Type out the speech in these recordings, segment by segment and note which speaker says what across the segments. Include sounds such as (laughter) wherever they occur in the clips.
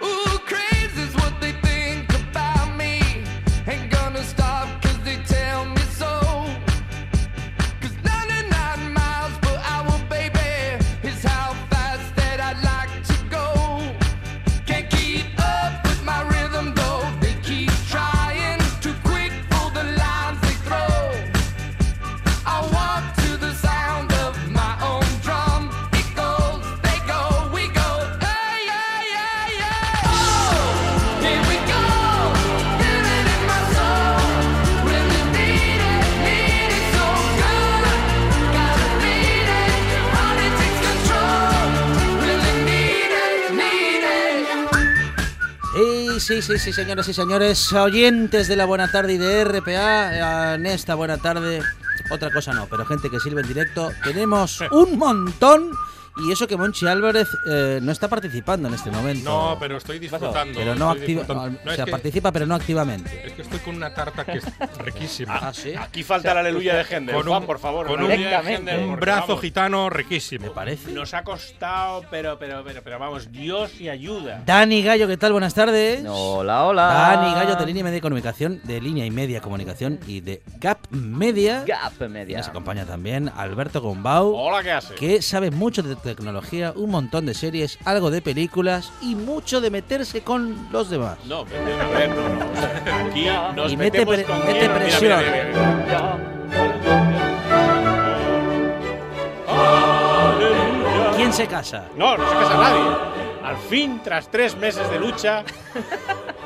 Speaker 1: Ooh, crazy's what they think about me. Ain't gonna stop 'cause they tell me so. 'Cause 99 miles per hour, baby, is how fast that I like to go. Can't keep up with my rhythm though. They keep trying, too quick for the lines they throw. I walk to the sound of my own drum. It goes, they go, we go. Hey, yeah, yeah, yeah. Oh, here we go. Feel it in my soul. Really need it, need it so good. Gotta beat it. Your body takes control. Really need it, need it.
Speaker 2: Y sí, sí, sí, señoras y señores, oyentes de la Buena Tarde y de RPA, eh, en esta Buena Tarde, otra cosa no, pero gente que sirve en directo, tenemos un montón y eso que Monchi Álvarez eh, no está participando en este momento.
Speaker 3: No, pero estoy disfrutando.
Speaker 2: Pero no
Speaker 3: estoy
Speaker 2: activa,
Speaker 3: disfrutando.
Speaker 2: no,
Speaker 3: No,
Speaker 2: o
Speaker 3: es,
Speaker 2: sea,
Speaker 3: que,
Speaker 2: participa pero no activamente.
Speaker 3: es que estoy con una tarta que
Speaker 2: (laughs)
Speaker 3: es riquísima.
Speaker 2: Ah, sí.
Speaker 4: Aquí falta la aleluya de Händel,
Speaker 3: Con un-
Speaker 4: Juan, por favor.
Speaker 3: con
Speaker 4: la
Speaker 3: un,
Speaker 4: aleluya de Händel,
Speaker 3: un
Speaker 4: porque,
Speaker 3: brazo
Speaker 4: vamos,
Speaker 3: gitano riquísimo. (laughs)
Speaker 2: ¿Te parece?
Speaker 4: Nos ha costado, pero, pero, pero, pero vamos, Dios y ayuda.
Speaker 2: Dani Gallo, ¿qué tal? Buenas tardes.
Speaker 5: Hola, hola.
Speaker 2: Dani Gallo de Línea Media Comunicación, de Línea y Media Comunicación y de Gap Media.
Speaker 5: Gap
Speaker 2: Y
Speaker 5: Media.
Speaker 2: Nos acompaña también Alberto Gombau.
Speaker 4: Hola, ¿qué hace?
Speaker 2: que sabe mucho de tecnología, un montón de series, algo de películas y mucho de meterse con los demás.
Speaker 4: No, pero, a ver, no, no. o sea, Aquí nos
Speaker 2: Y mete
Speaker 4: metemos
Speaker 2: pre-
Speaker 4: con
Speaker 2: mete
Speaker 4: quién. Mira,
Speaker 2: presión.
Speaker 4: mira, mira, mira.
Speaker 2: ¿Quién se casa?
Speaker 4: No, no se casa nadie. Al fin, tras tres meses de lucha,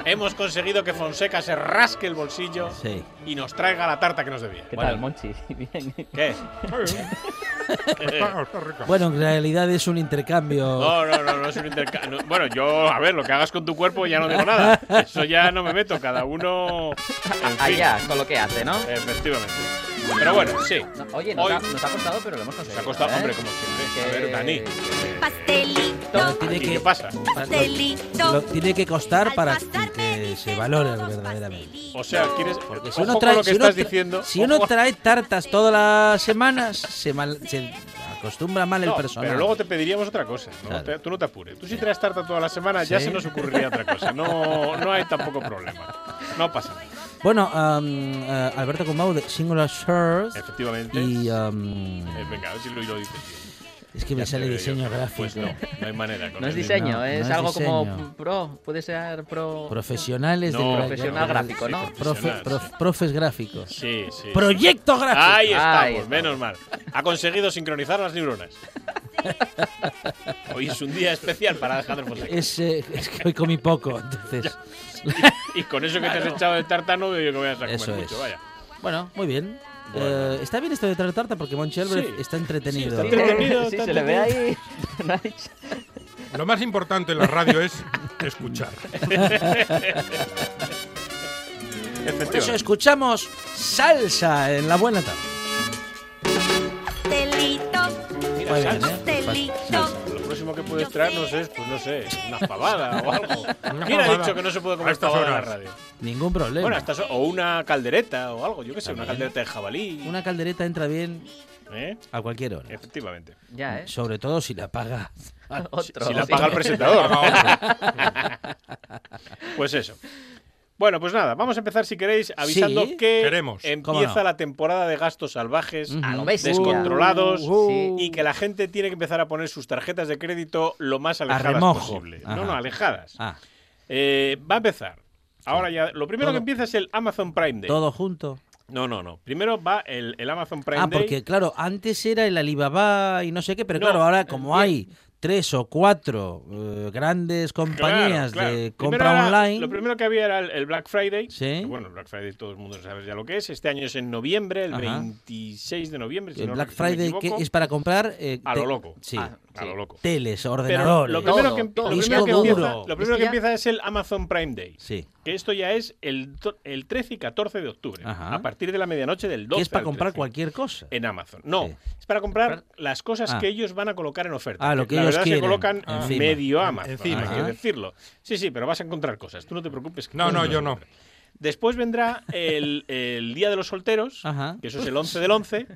Speaker 4: hemos conseguido que Fonseca se rasque el bolsillo
Speaker 2: Sí.
Speaker 4: y nos traiga la tarta que nos debía.
Speaker 5: ¿Qué
Speaker 4: Bueno,
Speaker 5: tal, Monchi? Bien.
Speaker 4: ¿Qué?
Speaker 3: Ah, está rica.
Speaker 2: Bueno, en realidad es un intercambio.
Speaker 4: No, no, no, no es un intercambio. bueno, yo, a ver, lo que hagas con tu cuerpo ya no digo nada. Eso ya no me meto, cada uno. En fin,
Speaker 5: Allá, Ah, con lo que hace, ¿no?
Speaker 4: Efectivamente. Pero bueno, sí.
Speaker 5: No, Oye, nos,
Speaker 4: Hoy-
Speaker 5: ha, nos ha costado, pero lo hemos
Speaker 4: Se
Speaker 5: conseguido.
Speaker 4: ha costado,
Speaker 5: ¿eh?
Speaker 4: hombre, como siempre. A
Speaker 5: Que-
Speaker 4: ver, Dani.
Speaker 2: Pero
Speaker 6: Pastelito,
Speaker 2: tiene
Speaker 4: aquí,
Speaker 2: que,
Speaker 4: ¿Qué pasa?
Speaker 6: pastelito.
Speaker 2: lo tiene que costar
Speaker 6: Al
Speaker 2: para
Speaker 6: pasar me
Speaker 2: que se
Speaker 6: dicen
Speaker 2: valore
Speaker 6: todos
Speaker 2: verdaderamente.
Speaker 6: pastelito.
Speaker 4: O sea, quieres.
Speaker 2: Porque
Speaker 4: ojo con lo que
Speaker 2: si uno tra-
Speaker 4: estás diciendo.
Speaker 2: si uno
Speaker 4: ojo-
Speaker 2: trae tartas todas las semanas, se, mal- se acostumbra mal el
Speaker 4: No,
Speaker 2: personal.
Speaker 4: pero luego te pediríamos otra cosa. ¿no?
Speaker 2: Claro.
Speaker 4: Te- Tú no te apures. Tú si traes tarta toda la semana ya
Speaker 2: Sí.
Speaker 4: se nos ocurriría otra cosa. No, no hay tampoco problema. No pasa nada.
Speaker 2: Bueno, am, eh, Alberto Comau de Singular Shores
Speaker 4: Efectivamente.
Speaker 2: y ah, am,
Speaker 4: Eh, venga, a ver si lo, lo dices.
Speaker 2: es que me
Speaker 4: Ya
Speaker 2: sale
Speaker 4: te veo
Speaker 2: diseño
Speaker 4: yo.
Speaker 2: gráfico.
Speaker 4: Pues no, no hay manera. con
Speaker 5: No es
Speaker 4: el-
Speaker 5: diseño,
Speaker 2: No,
Speaker 5: es
Speaker 2: no es
Speaker 5: algo
Speaker 2: diseño.
Speaker 5: como pro. Puede ser
Speaker 2: (laughs)
Speaker 5: pro.
Speaker 2: Profesionales
Speaker 4: No,
Speaker 2: de
Speaker 5: profesional
Speaker 2: de-
Speaker 5: gráfico, ¿no?
Speaker 2: de- profe-
Speaker 4: Profesional,
Speaker 2: prof-
Speaker 4: sí.
Speaker 2: profes gráficos.
Speaker 4: Sí, sí.
Speaker 2: Proyectos gráficos.
Speaker 4: Ahí estamos,
Speaker 5: Ahí estamos.
Speaker 4: menos mal. Ha conseguido sincronizar las neuronas. Hoy es un día especial para Alejandro Fonseca.
Speaker 2: Es, eh, (laughs) es que hoy comí poco, entonces.
Speaker 4: Y con eso que te has echado de tarta no veo yo que vayas a comer
Speaker 2: Eso
Speaker 4: mucho,
Speaker 2: es.
Speaker 4: vaya.
Speaker 2: Bueno, muy bien. Eh, está bien esto de traer tarta porque Monchi Álvarez
Speaker 4: Sí.
Speaker 2: está entretenido.
Speaker 4: Sí, está entretenido,
Speaker 5: sí,
Speaker 4: está
Speaker 5: se le ve ahí. (laughs) No ha dicho-
Speaker 3: Lo más importante en la radio es
Speaker 4: (laughs)
Speaker 3: escuchar.
Speaker 2: Por eso
Speaker 4: Efectivamente.
Speaker 2: escuchamos salsa en la buena tarde.
Speaker 6: Pastelito,
Speaker 2: Muy bien, ¿eh?
Speaker 6: pastelito.
Speaker 4: Lo próximo que puedes traernos es, pues no sé, una pavada o algo.
Speaker 3: Una
Speaker 4: ¿Quién ha
Speaker 3: pavada.
Speaker 4: dicho que no se puede
Speaker 3: A
Speaker 4: comer
Speaker 3: estas
Speaker 4: pavada en la
Speaker 3: horas.
Speaker 4: radio?
Speaker 2: Ningún
Speaker 4: Bueno,
Speaker 2: problema.
Speaker 4: hasta so- o una caldereta o algo, yo qué sé, una caldereta de jabalí.
Speaker 2: Una caldereta entra bien
Speaker 4: ¿eh?
Speaker 2: a cualquier hora.
Speaker 4: Efectivamente.
Speaker 5: Ya, ¿eh?
Speaker 2: Sobre todo si la paga.
Speaker 5: (laughs) Otro.
Speaker 4: Ah, Si la
Speaker 5: sí.
Speaker 4: paga el presentador. pues eso. Bueno, pues nada, vamos a empezar si queréis avisando
Speaker 2: Sí.
Speaker 4: que
Speaker 3: Queremos.
Speaker 2: ¿Cómo
Speaker 4: empieza
Speaker 2: no?
Speaker 4: la temporada de gastos salvajes Ah,
Speaker 2: Ujú.
Speaker 5: A lo bestia.
Speaker 4: descontrolados
Speaker 2: Uh,
Speaker 5: Sí.
Speaker 4: y que la gente tiene que empezar a poner sus tarjetas de crédito lo más alejadas
Speaker 2: remojo.
Speaker 4: posible.
Speaker 2: Ajá.
Speaker 4: No, no, alejadas.
Speaker 2: Ah,
Speaker 4: Eh, va a empezar. Ahora ya, lo primero
Speaker 2: Todo.
Speaker 4: que empieza es el Amazon Prime Day.
Speaker 2: todo junto.
Speaker 4: No, no, no. Primero va el, el Amazon Prime
Speaker 2: Ah,
Speaker 4: Day.
Speaker 2: porque claro, antes era el Alibaba y no sé qué, pero
Speaker 4: No,
Speaker 2: claro, ahora
Speaker 4: eh,
Speaker 2: como
Speaker 4: bien.
Speaker 2: hay tres o cuatro eh, grandes
Speaker 4: Claro,
Speaker 2: compañías
Speaker 4: claro.
Speaker 2: de
Speaker 4: Primero
Speaker 2: compra
Speaker 4: era-
Speaker 2: online,
Speaker 4: Lo primero que había era el, el Black Friday.
Speaker 2: Sí.
Speaker 4: que Bueno, el Black Friday todo el mundo sabe ya lo que es. Este año es en noviembre, el
Speaker 2: Ajá.
Speaker 4: 26 de noviembre. si
Speaker 2: el
Speaker 4: no-
Speaker 2: eh, Black
Speaker 4: si no me
Speaker 2: Friday que
Speaker 4: equivoco.
Speaker 2: es para comprar eh,
Speaker 4: A lo
Speaker 2: te-
Speaker 4: loco.
Speaker 2: sí,
Speaker 5: Ah,
Speaker 4: A lo
Speaker 5: sí.
Speaker 4: loco.
Speaker 2: teles,
Speaker 4: Pero
Speaker 2: ordenadores.
Speaker 4: lo primero, que,
Speaker 5: Todo,
Speaker 4: lo
Speaker 2: todo.
Speaker 4: primero que
Speaker 2: Disco
Speaker 4: empieza,
Speaker 2: duro.
Speaker 4: lo primero que
Speaker 5: Este ya-
Speaker 4: empieza es el Amazon Prime Day.
Speaker 2: Sí,
Speaker 4: Que esto ya es el, do- el 13 y 14 de octubre.
Speaker 2: Ajá.
Speaker 4: A partir de la medianoche del 12.
Speaker 2: que es para
Speaker 4: al
Speaker 2: comprar
Speaker 4: 13,
Speaker 2: cualquier cosa.
Speaker 4: En Amazon. No,
Speaker 2: Sí.
Speaker 4: es para comprar las cosas
Speaker 2: Ah.
Speaker 4: que ellos van a colocar en oferta.
Speaker 2: Ah, lo que
Speaker 4: las
Speaker 2: ellos
Speaker 4: verdad
Speaker 2: los
Speaker 4: se
Speaker 2: quieren.
Speaker 4: colocan
Speaker 2: Encima.
Speaker 4: medio a más,
Speaker 3: Encima.
Speaker 4: hay que decirlo. Sí, sí, pero vas a encontrar cosas, tú no te preocupes. que
Speaker 3: No, no,
Speaker 4: encuentras
Speaker 3: yo no.
Speaker 4: cosas. Después vendrá el, el Día de los Solteros,
Speaker 2: Ajá.
Speaker 4: que eso es el 11 del 11.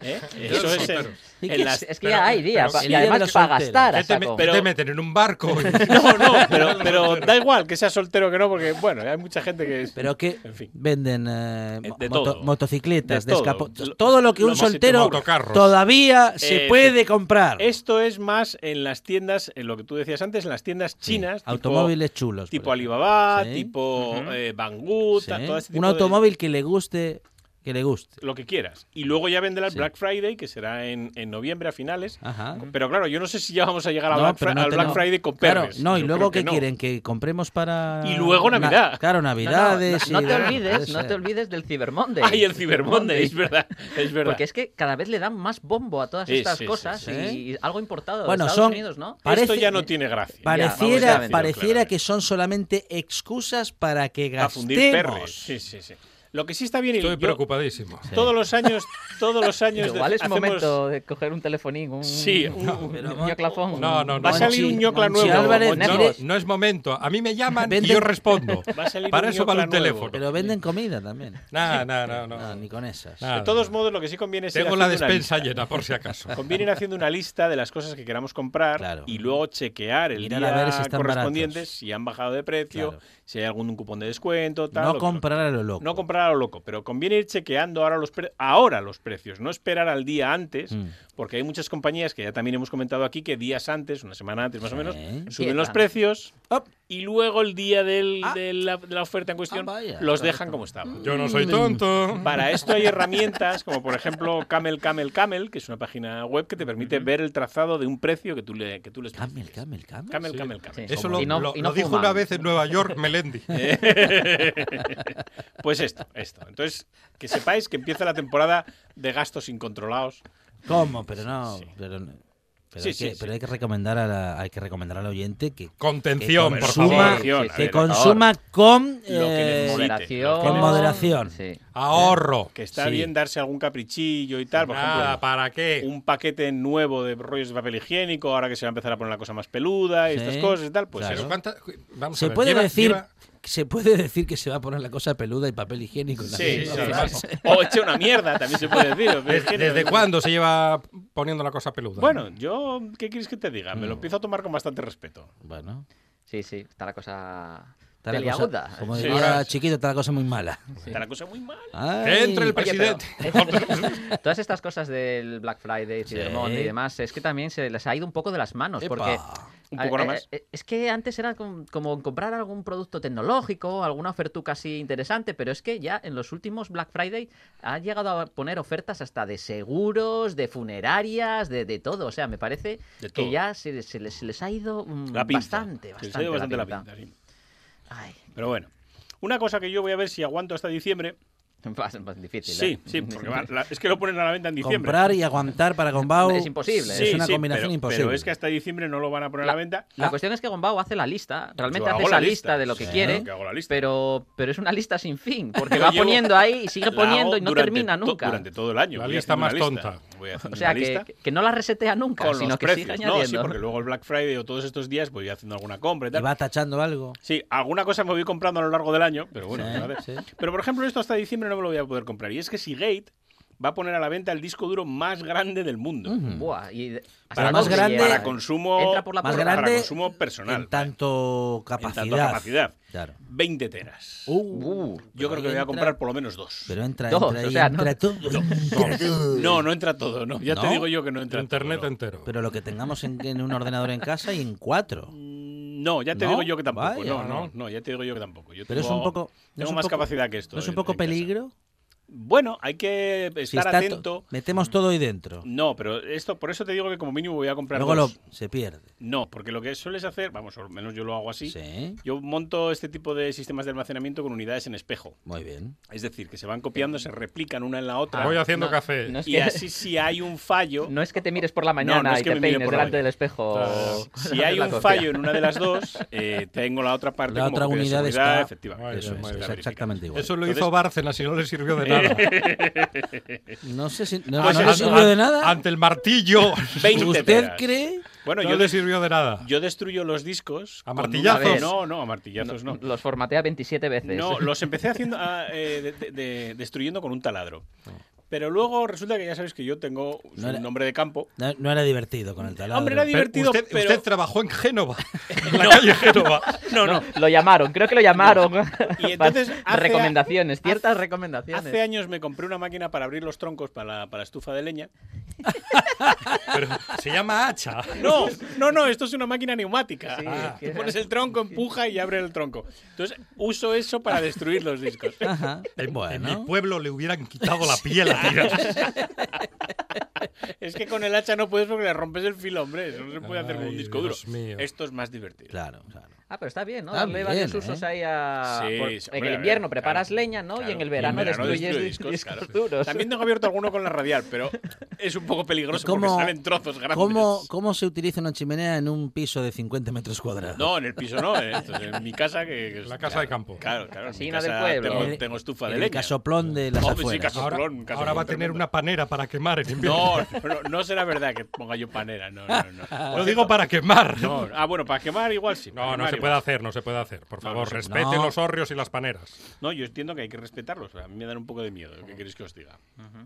Speaker 4: ¿eh? Eso
Speaker 3: los
Speaker 4: es en-
Speaker 3: solteros.
Speaker 2: ¿Y
Speaker 4: en
Speaker 2: qué
Speaker 4: las-
Speaker 5: Es que
Speaker 3: pero-
Speaker 5: ya hay día.
Speaker 3: pero
Speaker 5: pa-
Speaker 2: sí,
Speaker 5: y
Speaker 2: el día de
Speaker 5: además
Speaker 2: los
Speaker 5: para
Speaker 2: solteros.
Speaker 5: gastar. a
Speaker 3: ¿Qué
Speaker 4: Este
Speaker 3: te, me-
Speaker 5: saco.
Speaker 3: qué te meten en un barco?
Speaker 4: (laughs) No,
Speaker 2: (laughs)
Speaker 4: no, pero, pero da igual que seas soltero que no, porque bueno, hay mucha gente que es.
Speaker 2: Pero que
Speaker 4: En fin.
Speaker 2: venden eh,
Speaker 4: Eh,
Speaker 2: mo-
Speaker 4: de
Speaker 2: moto-
Speaker 4: todo.
Speaker 2: motocicletas,
Speaker 4: De todo.
Speaker 2: descapo-
Speaker 4: Lo-
Speaker 2: todo lo que
Speaker 4: lo
Speaker 2: un
Speaker 4: más que te
Speaker 2: soltero
Speaker 3: motocarros.
Speaker 2: todavía se
Speaker 4: Eh,
Speaker 2: puede comprar.
Speaker 4: Esto es más en las tiendas, en lo que tú decías antes, en las tiendas chinas. tipo-
Speaker 2: automóviles chulos.
Speaker 4: Tipo
Speaker 2: Pues por ejemplo.
Speaker 4: Alibaba,
Speaker 2: Sí.
Speaker 4: tipo eh, Banggood,
Speaker 2: Sí.
Speaker 4: todo este tipo
Speaker 2: Un
Speaker 4: de-
Speaker 2: automóvil que le guste, que le guste.
Speaker 4: lo que quieras. Y luego ya vendrá el
Speaker 2: Sí.
Speaker 4: Black Friday, que será en, en noviembre a finales.
Speaker 2: Ajá.
Speaker 4: Pero claro, yo no sé si ya vamos a llegar a
Speaker 2: No,
Speaker 4: Black
Speaker 2: pero
Speaker 4: Fra-
Speaker 2: no
Speaker 4: al
Speaker 2: te-
Speaker 4: Black
Speaker 2: no.
Speaker 4: Friday con
Speaker 2: Claro,
Speaker 4: perres.
Speaker 2: no, y
Speaker 4: Yo
Speaker 2: luego
Speaker 4: creo que
Speaker 2: que
Speaker 4: no.
Speaker 2: quieren que compremos para
Speaker 4: Y luego
Speaker 2: Na-
Speaker 4: Navidad.
Speaker 2: claro,
Speaker 5: No, no,
Speaker 2: Navidades.
Speaker 5: no,
Speaker 2: y
Speaker 5: no te
Speaker 2: demás,
Speaker 5: olvides,
Speaker 2: puede
Speaker 5: no te
Speaker 2: ser.
Speaker 5: olvides del Cyber Monday.
Speaker 4: (laughs) Ay, el Cyber Monday, es verdad, es verdad.
Speaker 5: Porque es que cada vez le dan más bombo a todas
Speaker 4: Sí,
Speaker 5: estas
Speaker 4: sí, sí,
Speaker 5: cosas
Speaker 2: sí.
Speaker 5: y, y algo importado
Speaker 2: Bueno,
Speaker 5: de Estados
Speaker 2: son-
Speaker 5: Unidos, ¿no?
Speaker 4: Esto
Speaker 2: parece-
Speaker 4: ya no tiene gracia.
Speaker 5: vamos a
Speaker 2: Pareciera,
Speaker 5: decirlo
Speaker 2: pareciera
Speaker 4: claramente.
Speaker 2: que son solamente excusas para que
Speaker 4: a fundir
Speaker 2: gastemos.
Speaker 4: perres. Sí, sí, sí. Lo que sí está bien y
Speaker 3: Estoy
Speaker 4: yo-
Speaker 3: preocupadísimo.
Speaker 4: todos
Speaker 2: (laughs)
Speaker 4: los años, todos los años
Speaker 5: Igual
Speaker 4: de-
Speaker 5: es
Speaker 4: hacemos-
Speaker 5: momento de coger un telefonín, un,
Speaker 4: Sí, un-
Speaker 5: un
Speaker 2: pero-
Speaker 5: ñoclafón.
Speaker 3: No, no, no.
Speaker 4: va a salir
Speaker 2: Monchi-
Speaker 4: un ñocla
Speaker 2: Monchi
Speaker 4: nuevo.
Speaker 2: Álvarez,
Speaker 4: Monchi.
Speaker 3: No,
Speaker 5: Vamos.
Speaker 3: no es momento. A mí me llaman
Speaker 2: Venden-
Speaker 3: y yo respondo.
Speaker 4: (laughs) Va a salir
Speaker 3: Para
Speaker 4: un
Speaker 3: eso vale un
Speaker 4: ñocla nuevo.
Speaker 3: teléfono.
Speaker 2: Pero venden comida también.
Speaker 3: No, no, no, no.
Speaker 2: No, ni con esas.
Speaker 3: Nada.
Speaker 4: De todos modos, lo que sí conviene es ir
Speaker 3: Tengo la
Speaker 4: haciendo una
Speaker 3: despensa
Speaker 4: lista.
Speaker 3: llena, por si acaso.
Speaker 4: (laughs) Conviene ir haciendo una lista de las cosas que queramos comprar
Speaker 2: Claro.
Speaker 4: y luego chequear el
Speaker 2: Mirar a
Speaker 4: día
Speaker 2: ver si están
Speaker 4: correspondiente,
Speaker 2: baratos.
Speaker 4: si han bajado de precio,
Speaker 2: Claro.
Speaker 4: si hay algún cupón de descuento, tal. o
Speaker 2: no
Speaker 4: que
Speaker 2: comprar a lo loco.
Speaker 4: No comprar a lo loco, pero conviene ir chequeando ahora los, pre- ahora los precios, no esperar al día antes,
Speaker 2: Mm.
Speaker 4: porque hay muchas compañías que ya también hemos comentado aquí que días antes, una semana antes más
Speaker 2: Sí.
Speaker 4: o menos,
Speaker 5: Empiezan.
Speaker 4: suben los precios
Speaker 2: Op.
Speaker 4: y luego el día del-
Speaker 2: Ah.
Speaker 4: de, la, de la oferta en cuestión
Speaker 2: Ah, vaya,
Speaker 4: los
Speaker 2: correcto. Mm.
Speaker 4: dejan como estaban.
Speaker 3: Yo no soy tonto.
Speaker 4: Para esto hay herramientas como por ejemplo Camel Camel Camel, que es una página web que te permite ver el trazado de un precio que tú le que tú les
Speaker 2: Camel,
Speaker 4: pides.
Speaker 2: camel, camel.
Speaker 4: Camel
Speaker 3: Sí.
Speaker 4: Camel Camel.
Speaker 5: Sí.
Speaker 3: Eso
Speaker 5: Y
Speaker 3: lo,
Speaker 5: no-
Speaker 3: lo-
Speaker 5: y no
Speaker 3: lo dijo
Speaker 5: fuman.
Speaker 3: una vez en Nueva York (laughs) Melendi.
Speaker 4: Pues esto, esto. Entonces, que sepáis que empieza la temporada de gastos incontrolados.
Speaker 2: ¿Cómo? Pero no.
Speaker 4: Sí.
Speaker 2: Pero, no- pero
Speaker 4: Sí,
Speaker 2: hay
Speaker 4: sí,
Speaker 2: que,
Speaker 4: sí.
Speaker 2: pero hay que recomendar a la- hay que recomendar al oyente que,
Speaker 3: Contención,
Speaker 2: Que
Speaker 3: por
Speaker 2: consuma-
Speaker 3: favor.
Speaker 4: Atención, a
Speaker 2: que
Speaker 4: ver,
Speaker 2: consuma con
Speaker 4: Lo que
Speaker 2: eh,
Speaker 4: necesite.
Speaker 5: Moderación.
Speaker 2: Con moderación.
Speaker 5: Sí.
Speaker 3: Ahorro.
Speaker 4: Que está
Speaker 2: Sí.
Speaker 4: bien darse algún caprichillo y tal. Por
Speaker 3: Nada,
Speaker 4: ejemplo,
Speaker 3: ¿para Ah, qué?
Speaker 4: un paquete nuevo de rollos de papel higiénico, ahora que se va a empezar a poner la cosa más peluda y
Speaker 2: Sí.
Speaker 4: estas cosas y tal. Pues
Speaker 2: Claro.
Speaker 3: Pero
Speaker 4: eso.
Speaker 3: cuánta- vamos a
Speaker 2: se
Speaker 3: ver,
Speaker 2: puede
Speaker 3: lleva-
Speaker 2: decir
Speaker 3: lleva-
Speaker 2: se puede decir que se va a poner la cosa peluda y papel higiénico en la
Speaker 4: Sí,
Speaker 2: misma
Speaker 4: sí,
Speaker 2: frase.
Speaker 4: sí. O eche una mierda, también se puede decir.
Speaker 3: (laughs)
Speaker 4: o
Speaker 3: ¿des-
Speaker 4: que-
Speaker 3: ¿Desde cuándo se lleva poniendo la cosa peluda?
Speaker 4: Bueno, yo, ¿qué quieres que te diga? Me lo empiezo a tomar con bastante respeto.
Speaker 2: bueno
Speaker 5: sí, sí, está la cosa
Speaker 2: está la
Speaker 5: peliaguda.
Speaker 2: cosa, como
Speaker 4: Sí,
Speaker 2: diría
Speaker 4: ahora-
Speaker 2: chiquito está la cosa muy mala
Speaker 4: Está la cosa muy mal.
Speaker 3: Que entre el
Speaker 2: Ay,
Speaker 5: Oye,
Speaker 3: (laughs) presidente.
Speaker 5: pero- (laughs) todas estas cosas del Black Friday, Cyber
Speaker 2: Sí.
Speaker 5: Monday y demás, es que también se les ha ido un poco de las manos.
Speaker 2: Epa.
Speaker 5: Porque,
Speaker 4: Un
Speaker 5: a-
Speaker 4: poco nada
Speaker 5: eh,
Speaker 4: más.
Speaker 5: eh, Es que antes era com- como comprar algún producto tecnológico, alguna ofertuca así interesante, pero es que ya en los últimos Black Friday ha llegado a poner ofertas hasta de seguros, de funerarias, de, de todo. O sea, me parece
Speaker 4: De todo.
Speaker 5: que ya se, se les, se les ha ido mm,
Speaker 4: La pinza.
Speaker 5: bastante,
Speaker 4: Se
Speaker 5: bastante,
Speaker 4: les ha ido bastante la
Speaker 5: pinza.
Speaker 4: pinta, sí.
Speaker 5: Ay, (laughs)
Speaker 4: Pero bueno. Una cosa que yo voy a ver si aguanto hasta diciembre.
Speaker 5: va a ser más difícil. ¿eh?
Speaker 4: Sí, sí, porque
Speaker 5: (laughs)
Speaker 4: va- la- es que lo ponen a la venta en diciembre.
Speaker 2: comprar y aguantar para Gombau
Speaker 5: Es imposible,
Speaker 2: es
Speaker 4: Sí,
Speaker 2: una
Speaker 4: sí,
Speaker 2: combinación
Speaker 4: pero-
Speaker 2: imposible
Speaker 4: Pero es que hasta diciembre no lo van a poner a la venta.
Speaker 5: La
Speaker 2: Ah.
Speaker 5: cuestión es que Gombao hace la lista, realmente
Speaker 4: Yo
Speaker 5: hace
Speaker 4: hago
Speaker 5: esa
Speaker 4: la
Speaker 5: lista,
Speaker 4: lista,
Speaker 5: de lo que
Speaker 4: sí,
Speaker 5: quiere,
Speaker 4: yo hago la lista.
Speaker 5: pero pero es una lista
Speaker 4: (laughs)
Speaker 5: sin fin, porque
Speaker 4: Yo
Speaker 5: va
Speaker 4: llevo-
Speaker 5: poniendo ahí y sigue
Speaker 4: la
Speaker 5: poniendo y
Speaker 4: hago
Speaker 5: no
Speaker 4: durante
Speaker 5: termina
Speaker 4: to-
Speaker 5: nunca.
Speaker 4: Durante todo el año.
Speaker 3: La
Speaker 4: Voy
Speaker 3: lista
Speaker 4: haciendo
Speaker 3: más
Speaker 4: una
Speaker 3: tonta.
Speaker 4: Voy haciendo
Speaker 5: O sea,
Speaker 4: una lista
Speaker 5: que, que no la resetea nunca,
Speaker 4: con
Speaker 5: sino
Speaker 4: los
Speaker 5: que
Speaker 4: precios.
Speaker 5: sigue
Speaker 4: No, sí,
Speaker 5: añadiendo.
Speaker 4: porque luego el Black Friday o todos estos días pues voy haciendo alguna compra y
Speaker 2: y
Speaker 4: tal.
Speaker 2: va tachando algo
Speaker 4: Sí, alguna cosa me voy comprando a lo largo del año, pero bueno.
Speaker 2: Sí,
Speaker 4: ¿verdad?
Speaker 2: sí.
Speaker 4: Pero por ejemplo, esto hasta diciembre no me lo voy a poder comprar. Y es que Seagate va a poner a la venta el disco duro más grande del mundo.
Speaker 5: Buah, y de- hasta
Speaker 2: Para
Speaker 5: la
Speaker 2: más
Speaker 5: cosa
Speaker 2: grande-
Speaker 5: llega.
Speaker 4: Para consumo,
Speaker 5: Entra por la
Speaker 2: más
Speaker 5: puerta.
Speaker 4: para
Speaker 2: grande
Speaker 4: consumo personal.
Speaker 2: en tanto capacidad
Speaker 4: capacidad.
Speaker 2: claro
Speaker 4: 20 teras.
Speaker 2: Uh,
Speaker 5: Uh,
Speaker 4: Yo
Speaker 2: pero
Speaker 4: creo que
Speaker 2: ahí
Speaker 4: voy a
Speaker 2: entra-
Speaker 4: comprar por lo menos dos.
Speaker 2: pero entra
Speaker 5: Dos,
Speaker 2: entra,
Speaker 5: o
Speaker 2: ahí,
Speaker 5: sea, no-
Speaker 2: entra
Speaker 4: (laughs)
Speaker 2: todo, entra todo.
Speaker 4: No, no entra todo, no. Ya te
Speaker 2: ¿No?
Speaker 4: digo yo que no entra
Speaker 3: Internet
Speaker 4: todo, no.
Speaker 3: entero.
Speaker 2: pero lo que tengamos en, en un ordenador en casa y en cuatro
Speaker 4: Mm, No, ya te
Speaker 2: ¿No?
Speaker 4: digo yo que tampoco.
Speaker 2: Vaya,
Speaker 4: no, no,
Speaker 2: ¿no?
Speaker 4: no, ya te digo yo que tampoco. Yo
Speaker 2: Pero es
Speaker 4: tengo-
Speaker 2: un poco- no
Speaker 4: Tengo
Speaker 2: es un
Speaker 4: más
Speaker 2: poco-
Speaker 4: capacidad que esto.
Speaker 2: ¿No es
Speaker 4: en-
Speaker 2: un poco
Speaker 4: en casa.
Speaker 2: peligro?
Speaker 4: Bueno, hay que estar
Speaker 2: Si está to-
Speaker 4: atento.
Speaker 2: Metemos todo ahí dentro.
Speaker 4: No, pero esto, por eso te digo que como mínimo voy a comprar
Speaker 2: Luego lo,
Speaker 4: dos.
Speaker 2: se pierde.
Speaker 4: No, porque lo que sueles hacer, vamos, al menos yo lo hago así.
Speaker 2: Sí.
Speaker 4: Yo monto este tipo de sistemas de almacenamiento con unidades en espejo.
Speaker 2: Muy bien.
Speaker 4: Es decir, que se van copiando, se replican una en la otra.
Speaker 3: Ah, Voy haciendo
Speaker 5: no,
Speaker 3: café.
Speaker 5: no
Speaker 4: (laughs)
Speaker 5: es
Speaker 4: Y
Speaker 5: que-
Speaker 4: así si hay un fallo,
Speaker 5: No es que te mires por la
Speaker 4: No,
Speaker 5: mañana
Speaker 4: no es
Speaker 5: y
Speaker 4: que
Speaker 5: te
Speaker 4: me mire
Speaker 5: peines
Speaker 4: por la
Speaker 5: delante
Speaker 4: mañana.
Speaker 5: del espejo. (laughs)
Speaker 2: (laughs)
Speaker 4: si hay
Speaker 5: La
Speaker 4: un
Speaker 5: cocina.
Speaker 4: fallo en una de las dos, eh, tengo la otra parte
Speaker 2: La
Speaker 4: como
Speaker 2: otra
Speaker 4: copia de
Speaker 2: unidad
Speaker 4: seguridad,
Speaker 2: está-
Speaker 4: efectivamente.
Speaker 3: Muy
Speaker 2: Eso
Speaker 3: bien,
Speaker 2: es,
Speaker 3: muy
Speaker 2: es
Speaker 3: bien.
Speaker 4: verificada.
Speaker 2: exactamente igual.
Speaker 3: Eso lo (laughs)
Speaker 4: Entonces-
Speaker 3: hizo Bárcenas y no le sirvió de
Speaker 2: nada. No sé si no,
Speaker 4: Pues
Speaker 2: no
Speaker 4: es-
Speaker 2: le sirvió de nada.
Speaker 3: Ante el (laughs) martillo.
Speaker 4: 20
Speaker 2: ¿Usted
Speaker 4: peras.
Speaker 2: cree?
Speaker 4: Bueno,
Speaker 3: no
Speaker 4: yo,
Speaker 3: le
Speaker 4: des-
Speaker 3: sirvió de nada.
Speaker 4: yo destruyo los discos.
Speaker 3: ¿A
Speaker 4: con una
Speaker 3: martillazos?
Speaker 4: de- No, no, a martillazos no.
Speaker 5: Los formatea 27 veces. (laughs)
Speaker 4: No, los empecé haciendo ah, eh, de- de- de- destruyendo con un taladro. Pero luego resulta que ya sabéis que yo tengo
Speaker 2: No
Speaker 4: un
Speaker 2: era-
Speaker 4: nombre de campo.
Speaker 2: No, no era divertido con el taladro.
Speaker 4: Hombre, era
Speaker 3: Pero
Speaker 4: divertido,
Speaker 3: usted,
Speaker 4: pero-
Speaker 3: usted trabajó en (laughs) Génova, en la calle Génova.
Speaker 4: No, no.
Speaker 5: No, lo llamaron, creo que lo llamaron.
Speaker 4: (laughs) Y
Speaker 5: (laughs)
Speaker 4: entonces hace-
Speaker 5: recomendaciones, ciertas
Speaker 4: hace-
Speaker 5: recomendaciones.
Speaker 4: Hace años me compré una máquina para abrir los troncos para la, para la estufa de leña.
Speaker 3: Pero se llama hacha.
Speaker 4: No, no, no, esto es una máquina neumática.
Speaker 5: Sí,
Speaker 4: Ah.
Speaker 5: que-
Speaker 4: Tú pones el tronco, empuja y abre el tronco. Entonces uso eso para destruir los
Speaker 5: (laughs)
Speaker 4: discos.
Speaker 2: Ajá.
Speaker 3: En, en mi
Speaker 2: Bueno.
Speaker 3: pueblo le hubieran quitado (laughs) la piel a tiros.
Speaker 4: Es que con el hacha no puedes porque le rompes el filo, hombre. Eso no se puede hacer con un
Speaker 3: Ay,
Speaker 4: disco
Speaker 3: Dios
Speaker 4: duro.
Speaker 3: mío.
Speaker 4: Esto es más divertido.
Speaker 2: Claro, claro.
Speaker 5: Ah, pero está bien, ¿no?
Speaker 2: Está
Speaker 5: Darle
Speaker 2: bien,
Speaker 5: varios
Speaker 2: ¿eh?
Speaker 5: usos ahí a.
Speaker 4: Sí,
Speaker 5: Ah, por-
Speaker 4: sí, hombre,
Speaker 5: en
Speaker 4: a
Speaker 5: el
Speaker 4: ver,
Speaker 5: invierno preparas
Speaker 4: claro,
Speaker 5: leña, ¿no?
Speaker 4: claro.
Speaker 5: Y en el verano, destruyes (laughs)
Speaker 4: destruye
Speaker 5: discos, discos
Speaker 4: claro.
Speaker 5: duros.
Speaker 4: También tengo abierto alguno con la radial, pero es un poco peligroso
Speaker 2: ¿Cómo-
Speaker 4: porque salen trozos grandes.
Speaker 2: ¿Cómo, ¿Cómo se utiliza una chimenea en un piso de 50 metros cuadrados?
Speaker 4: No, en el piso no, eh. Esto es en mi casa que, que es-
Speaker 3: La casa de campo.
Speaker 4: Claro, claro. en mi
Speaker 5: Cocina del
Speaker 4: casa
Speaker 5: pueblo.
Speaker 4: Tengo,
Speaker 2: En el-
Speaker 4: tengo estufa de
Speaker 2: en
Speaker 4: leña.
Speaker 2: El casoplón de las
Speaker 4: Oh, pues sí,
Speaker 2: afueras.
Speaker 4: caso-
Speaker 3: Ahora,
Speaker 4: Casoplón, casoplón
Speaker 3: ahora va a tener
Speaker 4: tremendo.
Speaker 3: una panera para quemar en invierno.
Speaker 4: No, no, no será verdad que ponga yo panera, no, no,
Speaker 3: (laughs)
Speaker 4: no.
Speaker 3: Lo digo para quemar.
Speaker 4: No, ah, bueno, para quemar igual sí. para
Speaker 3: No, no
Speaker 4: quemar
Speaker 3: se
Speaker 4: igual.
Speaker 3: puede hacer, no se puede hacer. Por favor,
Speaker 4: no se-
Speaker 3: respete
Speaker 2: no.
Speaker 3: los horrios y las paneras.
Speaker 4: No, yo entiendo que hay que respetarlos. A mí me dan un poco de miedo. ¿Qué queréis que os diga?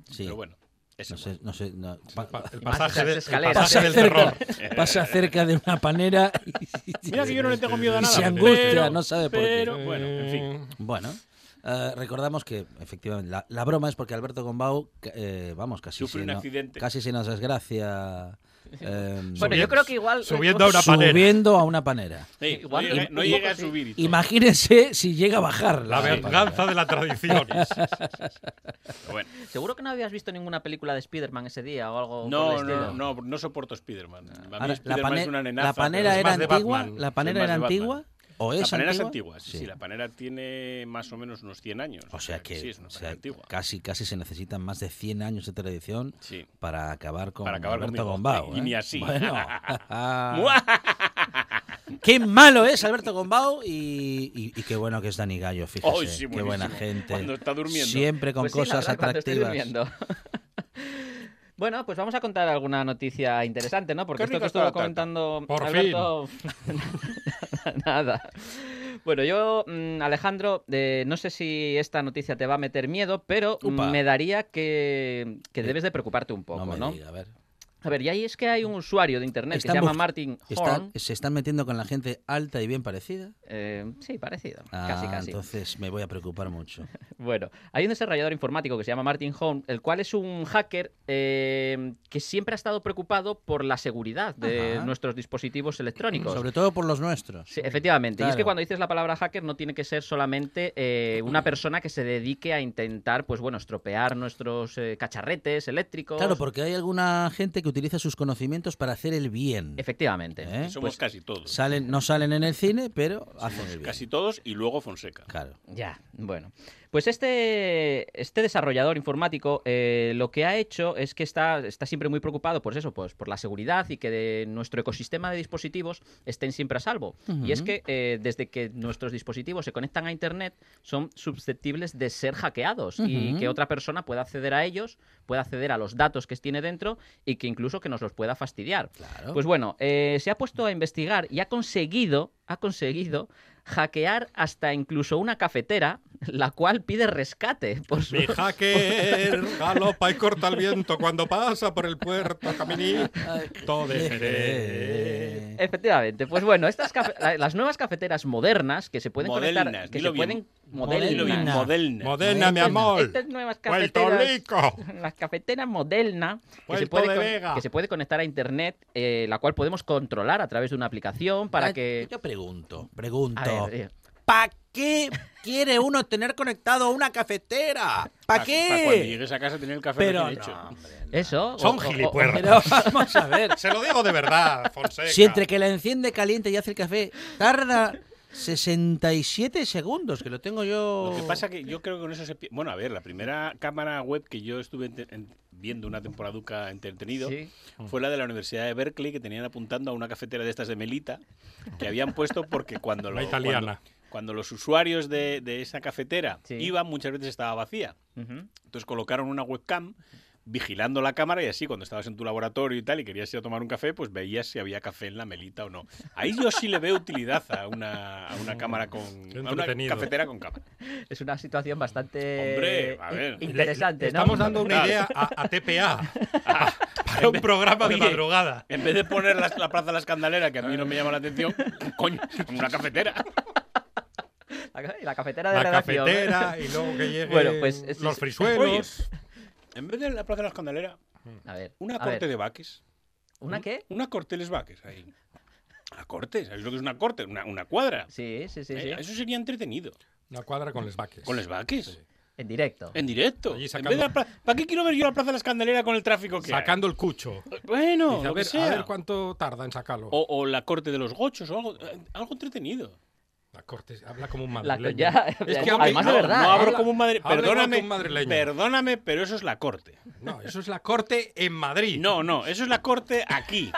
Speaker 2: Sí.
Speaker 4: Pero bueno, eso.
Speaker 2: No sé, no sé. no.
Speaker 4: (laughs)
Speaker 2: Pa-
Speaker 3: Pa- El
Speaker 5: más
Speaker 3: pasaje,
Speaker 5: esas
Speaker 3: de- el
Speaker 5: escaleras.
Speaker 3: pasaje del terror.
Speaker 2: cerca, pasa cerca de una panera y- (laughs)
Speaker 4: Mira que yo no le tengo miedo a
Speaker 3: Y
Speaker 4: nada.
Speaker 3: se
Speaker 2: angustia,
Speaker 4: pero-
Speaker 2: no sabe por qué.
Speaker 4: Pero bueno, en fin.
Speaker 2: Bueno, eh, recordamos que efectivamente la, la broma es porque Alberto Gombau, ca- eh, vamos, casi se
Speaker 4: Sufre un
Speaker 2: no-
Speaker 4: accidente.
Speaker 2: Casi se nos desgracia. eh,
Speaker 5: Bueno, yo creo que igual.
Speaker 3: Subiendo a una panera.
Speaker 2: subiendo a una panera.
Speaker 4: Sí,
Speaker 5: Igual,
Speaker 4: no llega, no
Speaker 5: y-
Speaker 4: llega a
Speaker 5: sí.
Speaker 4: subir. y todo.
Speaker 2: Imagínense si llega a bajar.
Speaker 3: La
Speaker 2: panera.
Speaker 3: venganza de la
Speaker 4: (laughs)
Speaker 3: tradición.
Speaker 4: Pero bueno.
Speaker 5: (laughs) Seguro que no habías visto ninguna película de Spider-Man ese día o
Speaker 2: Oh,
Speaker 5: algo. por el
Speaker 4: No,
Speaker 5: estilo?
Speaker 4: no, no, no soporto Spiderman. A mí
Speaker 2: este Ahora, la,
Speaker 4: Spiderman
Speaker 2: pane-
Speaker 4: es una nenaza.
Speaker 2: la panera
Speaker 4: pero es
Speaker 2: era
Speaker 3: más de
Speaker 2: antigua.
Speaker 3: Batman,
Speaker 2: La
Speaker 4: es
Speaker 2: panera
Speaker 4: más
Speaker 2: era
Speaker 4: de Batman.
Speaker 2: antigua. ¿O es
Speaker 4: la panera
Speaker 2: antigua?
Speaker 4: es antigua, sí, sí, la panera tiene más o menos unos 100 años.
Speaker 2: O sea que
Speaker 4: sí, es una
Speaker 2: o
Speaker 4: panera
Speaker 2: sea,
Speaker 4: antigua.
Speaker 2: casi casi se necesitan más de 100 años de tradición
Speaker 4: Sí.
Speaker 2: para acabar con
Speaker 4: Para acabar
Speaker 2: Alberto
Speaker 4: conmigo.
Speaker 2: Gombau.
Speaker 4: Y
Speaker 2: ¿eh?
Speaker 4: ni así. (laughs)
Speaker 2: Bueno. (laughs) qué malo es Alberto Gombau y, y- y qué bueno que es Dani Gallo, fíjese.
Speaker 4: Ay, sí,
Speaker 2: qué buena
Speaker 4: buenísimo.
Speaker 2: gente.
Speaker 4: Cuando está durmiendo.
Speaker 2: Siempre con
Speaker 5: Pues sí, la
Speaker 2: cosas
Speaker 5: verdad, cuando estoy
Speaker 2: atractivas.
Speaker 5: durmiendo. (laughs) Bueno, pues vamos a contar alguna noticia interesante, ¿no? Porque
Speaker 4: Qué
Speaker 5: esto que
Speaker 4: rica está
Speaker 5: estuvo
Speaker 4: la tarta.
Speaker 5: comentando
Speaker 3: Por
Speaker 5: Alberto. (laughs) Nada. Bueno, yo, mm, Alejandro, eh, no sé si esta noticia te va a meter miedo, pero
Speaker 2: Upa. Eh,
Speaker 5: me daría que, que debes de preocuparte un poco,
Speaker 2: no
Speaker 5: ¿no?
Speaker 2: me diga, a ver.
Speaker 5: A ver, y ahí es que hay un usuario de internet que
Speaker 2: Están
Speaker 5: se llama
Speaker 2: bus-
Speaker 5: Martin
Speaker 2: Están-
Speaker 5: Horn.
Speaker 2: se están metiendo con la gente alta y bien parecida.
Speaker 5: Eh, sí, parecido.
Speaker 2: Ah,
Speaker 5: casi, casi.
Speaker 2: Entonces me voy a preocupar
Speaker 5: (laughs)
Speaker 2: mucho.
Speaker 5: Bueno, hay un desarrollador informático que se llama Martin Home, el cual es un hacker eh, que siempre ha estado preocupado por la seguridad de
Speaker 2: Ajá.
Speaker 5: nuestros dispositivos electrónicos.
Speaker 2: Sobre todo por los nuestros.
Speaker 5: Sí, efectivamente. Y es que
Speaker 2: Claro.
Speaker 5: cuando dices la palabra hacker no tiene que ser solamente eh, una persona que se dedique a intentar, pues bueno, estropear nuestros eh, cacharretes eléctricos.
Speaker 2: Claro, porque hay alguna gente que utiliza sus conocimientos para hacer el bien.
Speaker 5: Efectivamente.
Speaker 2: ¿eh?
Speaker 4: Somos casi todos.
Speaker 2: Salen, no salen en el cine, pero hacen el bien.
Speaker 4: Casi todos y luego Fonseca.
Speaker 2: Claro.
Speaker 5: Ya, bueno. Pues este, este desarrollador informático eh, lo que ha hecho es que está, está siempre muy preocupado por eso, pues por la seguridad y que de nuestro ecosistema de dispositivos estén siempre a salvo. Y es que eh, desde que nuestros dispositivos se conectan a Internet son susceptibles de ser hackeados y
Speaker 2: Ujú.
Speaker 5: que otra persona pueda acceder a ellos, pueda acceder a los datos que tiene dentro y que incluso que nos los pueda fastidiar.
Speaker 2: Claro.
Speaker 5: Pues bueno, eh, se ha puesto a investigar y ha conseguido, ha conseguido hackear hasta incluso una cafetera, la cual pide rescate por su...
Speaker 3: Mi hacker galopa y corta el viento cuando pasa por el puerto caminito de Jerez.
Speaker 2: Eh,
Speaker 5: (laughs) Efectivamente, pues bueno, estas cafe- la- las nuevas cafeteras modernas que se pueden
Speaker 4: Modernas,
Speaker 5: conectar, que
Speaker 4: dilo
Speaker 5: se
Speaker 4: bien.
Speaker 5: pueden
Speaker 4: Dilo bien,
Speaker 2: Modernas.
Speaker 4: Modelna.
Speaker 3: Modena, mi amor.
Speaker 5: Estas nuevas
Speaker 3: Puerto
Speaker 5: cafeteras,
Speaker 3: Rico.
Speaker 5: (laughs) las cafeteras modernas que se,
Speaker 3: Puerto
Speaker 5: puede
Speaker 3: de
Speaker 5: con-
Speaker 3: Vega.
Speaker 5: que se puede conectar a internet, eh, la cual podemos controlar a través de una aplicación para
Speaker 2: ah,
Speaker 5: que
Speaker 2: Yo pregunto,
Speaker 5: A
Speaker 2: pregunto.
Speaker 5: ver, eh,
Speaker 2: ¿Para qué quiere uno tener conectado una cafetera? ¿Para
Speaker 4: Para cuando
Speaker 2: qué?
Speaker 4: llegues a casa tener el café
Speaker 2: Pero
Speaker 4: recién hecho.
Speaker 2: no,
Speaker 5: eso o-
Speaker 3: Son
Speaker 5: o- o-
Speaker 2: Pero
Speaker 3: gilipuertas.
Speaker 2: vamos a
Speaker 4: (laughs)
Speaker 2: ver.
Speaker 3: Se lo digo de verdad, Fonseca.
Speaker 2: Si entre que la enciende caliente y hace el café tarda 67 segundos, que lo tengo yo.
Speaker 4: Lo que pasa que yo creo que con eso se... pi- Bueno, a ver, la primera cámara web que yo estuve ente- en- viendo una temporaduca entretenido
Speaker 5: Sí.
Speaker 4: fue la de la Universidad de Berkeley que tenían apuntando a una cafetera de estas de Melita que habían puesto porque cuando...
Speaker 3: La
Speaker 4: lo-
Speaker 3: italiana.
Speaker 4: Cuando, cuando los usuarios de, de esa cafetera
Speaker 5: Sí.
Speaker 4: iban, muchas veces estaba vacía.
Speaker 5: Ujú.
Speaker 4: Entonces colocaron una webcam vigilando la cámara y así cuando estabas en tu laboratorio y tal y querías ir a tomar un café, pues veías si había café en la melita o no. Ahí yo sí le veo utilidad a una, a una cámara con... A una
Speaker 3: entretenido.
Speaker 4: cafetera con cámara.
Speaker 5: Es una situación bastante
Speaker 4: Hombre, a ver.
Speaker 5: in- interesante,
Speaker 3: Le- le
Speaker 5: ¿no?
Speaker 3: Estamos dando una
Speaker 4: Claro.
Speaker 3: idea a, a
Speaker 4: (laughs)
Speaker 3: TPA. para un programa de
Speaker 4: Oye.
Speaker 3: madrugada.
Speaker 4: En vez de poner las- la plaza de la escandalera, que a mí no me llama la atención, (laughs) coño, una cafetera.
Speaker 5: La, la cafetera de
Speaker 3: La
Speaker 5: redacción.
Speaker 3: cafetera y luego que lleguen
Speaker 5: Bueno, pues, es-
Speaker 3: los
Speaker 5: es-
Speaker 3: frisuelos.
Speaker 4: En vez de la plaza de la escandalera,
Speaker 5: A ver,
Speaker 4: una
Speaker 5: a
Speaker 4: corte
Speaker 5: ver,
Speaker 4: de vaques.
Speaker 5: ¿Una qué?
Speaker 4: Una corteles vaques ahí. A corte, ¿sabéis lo que es una corte? Una, una cuadra.
Speaker 5: Sí, sí, sí, sí.
Speaker 4: Eh, Eso sería entretenido.
Speaker 3: Una cuadra con los vaques.
Speaker 4: Con los vaques.
Speaker 5: En directo.
Speaker 4: En directo.
Speaker 3: Allí
Speaker 4: En
Speaker 3: sacando-
Speaker 4: vez de la pla- ¿Para qué quiero ver yo la Plaza de la Escandalera con el tráfico que hay?
Speaker 3: Sacando el cucho.
Speaker 4: Bueno,
Speaker 3: Dice, a,
Speaker 4: lo que
Speaker 3: ver,
Speaker 4: sea.
Speaker 3: a ver cuánto tarda en sacarlo.
Speaker 4: o, o la corte de los gochos o algo, eh, algo entretenido.
Speaker 3: La corte habla como un
Speaker 5: La-
Speaker 3: madrileño.
Speaker 5: ya,
Speaker 3: habla-
Speaker 5: además de
Speaker 3: no,
Speaker 5: verdad,
Speaker 4: No
Speaker 5: ¿eh?
Speaker 4: abro
Speaker 3: habla-
Speaker 4: como un madre.
Speaker 3: habla igual
Speaker 4: Perdóname,
Speaker 3: que un madrileño.
Speaker 4: perdóname, pero eso es la corte.
Speaker 3: No, eso es la corte en Madrid.
Speaker 4: No, no, eso es la corte aquí.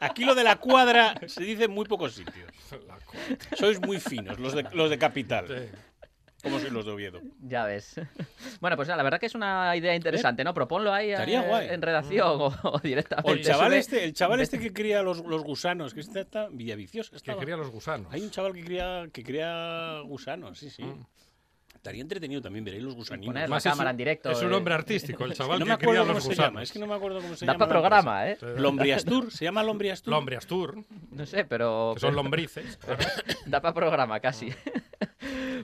Speaker 4: Aquí lo de la cuadra se dice en muy pocos sitios.
Speaker 3: (laughs) La corte.
Speaker 4: Sois muy finos, los de, los de capital,
Speaker 3: Sí.
Speaker 4: como sois los de Oviedo.
Speaker 5: Ya ves. (laughs) Bueno, pues nada, la verdad que es una idea interesante, ¿no? Proponlo ahí eh,
Speaker 4: Estaría guay.
Speaker 5: en redacción o, o directamente.
Speaker 4: O el chaval
Speaker 5: Sube-
Speaker 4: este, el chaval este que cría los, los gusanos, que está, está Villaviciosa.
Speaker 3: Que
Speaker 4: estaba.
Speaker 3: quería los gusanos.
Speaker 4: Hay un chaval que cría, que cría gusanos, sí, sí. Estaría entretenido también, veréis los gusaninos. No
Speaker 5: Poner la
Speaker 3: Además, es
Speaker 5: cámara
Speaker 3: un-
Speaker 5: en directo.
Speaker 3: Es un
Speaker 5: eh.
Speaker 3: hombre artístico, el chaval
Speaker 4: me
Speaker 3: que quería
Speaker 4: acuerdo cómo
Speaker 3: los
Speaker 4: se llama,
Speaker 3: gusanos.
Speaker 4: es que no me acuerdo cómo se
Speaker 5: Da
Speaker 4: llama.
Speaker 5: para
Speaker 4: la empresa.
Speaker 5: programa,
Speaker 4: (laughs)
Speaker 5: ¿eh?
Speaker 4: Lombriastur, ¿se llama Lombriastur?
Speaker 3: Lombriastur,
Speaker 5: No sé, pero.
Speaker 3: que son
Speaker 5: pero-
Speaker 3: lombrices. claro.
Speaker 5: (coughs) Da para programa casi.
Speaker 4: Ah.
Speaker 5: (laughs)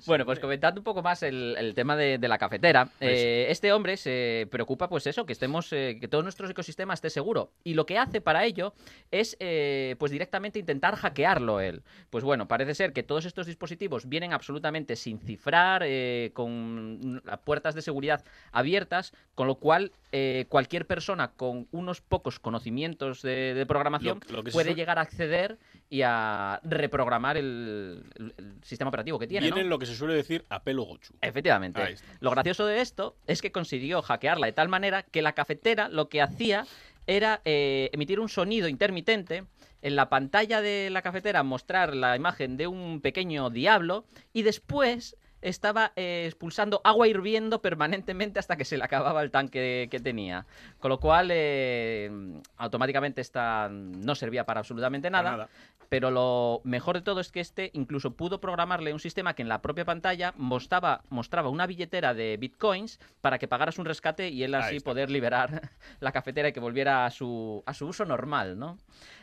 Speaker 5: bueno, pues comentando un poco más el, el tema de, de la cafetera. eh, este hombre se preocupa, pues eso, que estemos, eh, que todo nuestro ecosistema esté seguro. Y lo que hace para ello es, eh, pues directamente intentar hackearlo él. Pues bueno, parece ser que todos estos dispositivos vienen absolutamente sin cifrar, eh, con las puertas de seguridad abiertas, con lo cual eh, cualquier persona con unos pocos conocimientos de, de programación
Speaker 4: Lo- lo que se
Speaker 5: puede
Speaker 4: suele-
Speaker 5: llegar a acceder y a reprogramar el, el- el sistema operativo que tiene.
Speaker 4: Viene
Speaker 5: ¿no?
Speaker 4: lo que se suele decir a pelo gochu. Ahí
Speaker 5: Efectivamente.
Speaker 4: está.
Speaker 5: Lo gracioso de esto es que consiguió hackearla de tal manera que la cafetera lo que hacía era eh, emitir un sonido intermitente, en la pantalla de la cafetera mostrar la imagen de un pequeño diablo y después estaba eh, expulsando agua hirviendo permanentemente hasta que se le acababa el tanque que tenía. Con lo cual, eh, automáticamente esta no servía para absolutamente
Speaker 4: Para
Speaker 5: nada. Pero lo mejor de todo es que este incluso pudo programarle un sistema que en la propia pantalla mostraba, mostraba una billetera de bitcoins para que pagaras un rescate y él
Speaker 4: Ahí
Speaker 5: así
Speaker 4: está.
Speaker 5: poder liberar (laughs) la cafetera y que volviera a su, a su uso normal, ¿no?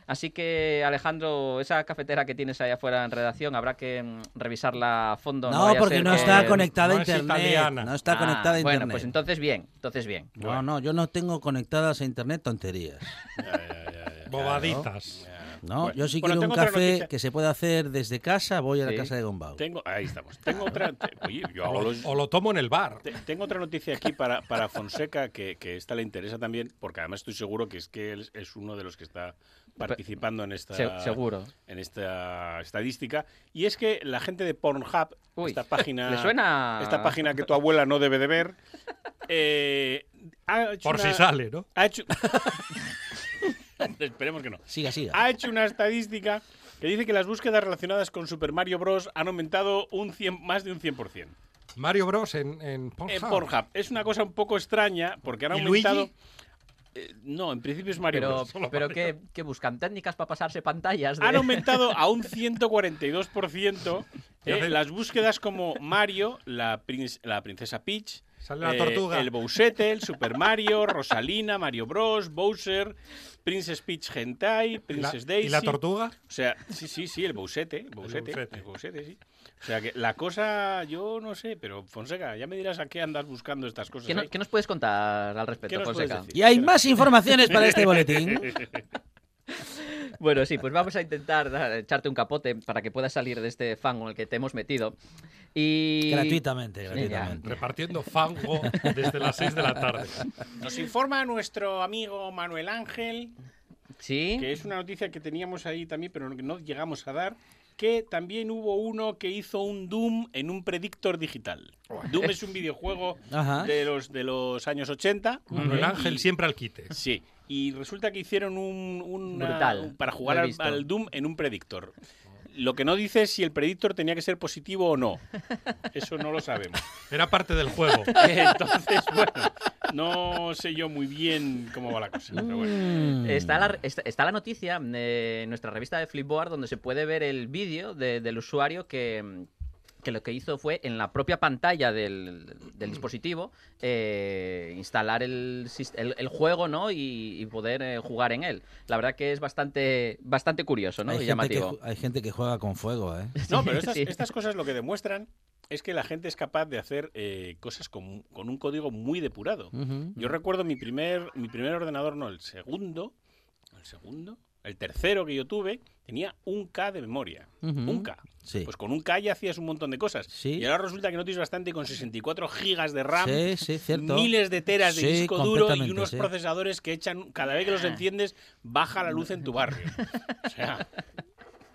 Speaker 5: Así que, Alejandro, esa cafetera que tienes ahí afuera en redacción habrá que mm, revisarla a fondo.
Speaker 2: No,
Speaker 5: vaya a
Speaker 2: porque
Speaker 5: ser
Speaker 2: no
Speaker 5: que-
Speaker 2: está conectada
Speaker 3: No
Speaker 2: a
Speaker 3: es
Speaker 2: internet.
Speaker 3: italiana.
Speaker 2: No está
Speaker 5: Ah,
Speaker 2: conectada a
Speaker 5: bueno,
Speaker 2: internet.
Speaker 5: pues entonces bien, entonces bien.
Speaker 2: No, no, yo no tengo conectadas a internet tonterías.
Speaker 3: Bobaditas.
Speaker 2: No,
Speaker 4: Bueno.
Speaker 2: yo sí
Speaker 4: Bueno,
Speaker 2: quiero un
Speaker 4: tengo otra
Speaker 2: café
Speaker 4: noticia.
Speaker 2: que se puede hacer desde casa, voy a la
Speaker 5: Sí.
Speaker 2: casa de Gombau.
Speaker 4: Tengo, ahí estamos. Tengo otra. te- oye, yo hago
Speaker 3: O,
Speaker 4: los-
Speaker 3: lo, o lo tomo en el bar.
Speaker 4: te- tengo otra noticia aquí para, para Fonseca que, que esta le interesa también, porque además estoy seguro que es que él es uno de los que está participando en esta
Speaker 5: Se- seguro.
Speaker 4: en esta estadística y es que la gente de Pornhub,
Speaker 5: Uy,
Speaker 4: esta página,
Speaker 5: (laughs) ¿le suena?
Speaker 4: esta página que tu abuela no debe de ver, eh, ha hecho
Speaker 3: Por si
Speaker 4: una-
Speaker 3: sale, ¿no?
Speaker 4: ha hecho- Hombre, (laughs) esperemos que no.
Speaker 2: Siga, siga.
Speaker 4: Ha hecho una estadística que dice que las búsquedas relacionadas con Super Mario Bros. han aumentado un 100, más de un 100%.
Speaker 3: Mario Bros. en, en Pornhub.
Speaker 4: En Pornhub. Eh, Es una cosa un poco extraña porque han
Speaker 3: ¿Y
Speaker 4: aumentado.
Speaker 3: Luigi?
Speaker 4: Eh, no, en principio es Mario
Speaker 5: Pero,
Speaker 4: Bros.
Speaker 3: solo
Speaker 5: pero
Speaker 3: Mario.
Speaker 5: ¿qué, qué buscan? ¿Técnicas para pasarse pantallas? de-
Speaker 4: Han aumentado a
Speaker 3: (laughs)
Speaker 4: un 142% eh,
Speaker 3: Yo-
Speaker 4: las búsquedas como Mario, la, prin- la princesa Peach, eh,
Speaker 3: Sale la tortuga.
Speaker 4: el Bousete, el Super Mario, Rosalina, Mario Bros, Bowser, Princess Peach Hentai,
Speaker 3: La-
Speaker 4: Princess Daisy.
Speaker 3: ¿Y la tortuga?
Speaker 4: O sea, sí, sí, sí, el Bousete, el Bousete, el
Speaker 3: Bousete.
Speaker 4: Bousete, sí. O sea, que la cosa, yo no sé, pero Fonseca, ya me dirás a qué andas buscando estas cosas. ¿eh?
Speaker 5: (laughs)
Speaker 4: (laughs)
Speaker 5: ¿Qué, no-
Speaker 4: ahí.
Speaker 5: qué nos puedes contar al
Speaker 4: ¿Qué
Speaker 5: respecto,
Speaker 4: nos puedes
Speaker 5: Fonseca?
Speaker 4: decir?
Speaker 2: Y hay más informaciones para este
Speaker 4: (laughs)
Speaker 2: boletín.
Speaker 5: Bueno, sí, pues vamos a intentar dar- echarte un capote para que puedas salir de este fango en el que te hemos metido. Y...
Speaker 2: Gratuitamente,
Speaker 5: Ya.
Speaker 2: gratuitamente.
Speaker 3: Repartiendo fango desde las 6 de la tarde.
Speaker 4: Nos informa nuestro amigo Manuel Ángel
Speaker 5: Sí.
Speaker 4: que es una noticia que teníamos ahí también, pero que no llegamos a dar, que también hubo uno que hizo un Doom en un predictor digital. Doom es un videojuego
Speaker 2: Ajá.
Speaker 4: de los, de los años 80.
Speaker 3: Manuel
Speaker 4: ¿eh?
Speaker 3: Ángel
Speaker 4: Y-
Speaker 3: siempre al quite.
Speaker 4: Sí. Y resulta que hicieron un, una-
Speaker 5: Brutal,
Speaker 4: para
Speaker 5: lo
Speaker 4: jugar
Speaker 5: he
Speaker 4: al,
Speaker 5: visto.
Speaker 4: al Doom en un predictor. Lo que no dice es si el predictor tenía que ser positivo o no. Eso no lo sabemos.
Speaker 6: Era parte del juego.
Speaker 4: (laughs) Entonces, bueno, no sé yo muy bien cómo va la cosa. Pero bueno.
Speaker 2: Mm.
Speaker 5: Está la, está, está la noticia eh, en nuestra revista de Flipboard donde se puede ver el vídeo de- del usuario que, mm, que lo que hizo fue en la propia pantalla del, del dispositivo eh, instalar el, sis- el, el juego ¿no? y, y poder eh, jugar en él. La verdad que es bastante, bastante curioso ¿no?
Speaker 2: hay,
Speaker 5: y
Speaker 2: gente que,
Speaker 5: llamativo.
Speaker 2: ju- hay gente que juega con fuego, ¿eh?
Speaker 4: No, pero estas,
Speaker 5: Sí.
Speaker 4: estas cosas lo que demuestran es que la gente es capaz de hacer eh, cosas con, con un código muy depurado. Yo recuerdo mi primer, mi primer ordenador, no, el segundo, el segundo, el tercero que yo tuve, tenía un K de memoria.
Speaker 2: Ujú.
Speaker 4: Un K.
Speaker 2: Sí.
Speaker 4: Pues con un K ya hacías un montón de cosas.
Speaker 2: Sí.
Speaker 4: Y ahora resulta que no tienes bastante con 64 gigas de RAM.
Speaker 2: sí, sí, cierto.
Speaker 4: Miles de teras de
Speaker 2: Sí,
Speaker 4: disco duro y
Speaker 2: completamente,
Speaker 4: unos
Speaker 2: sí.
Speaker 4: procesadores que echan, cada vez que los enciendes, baja la luz en tu barrio. O sea,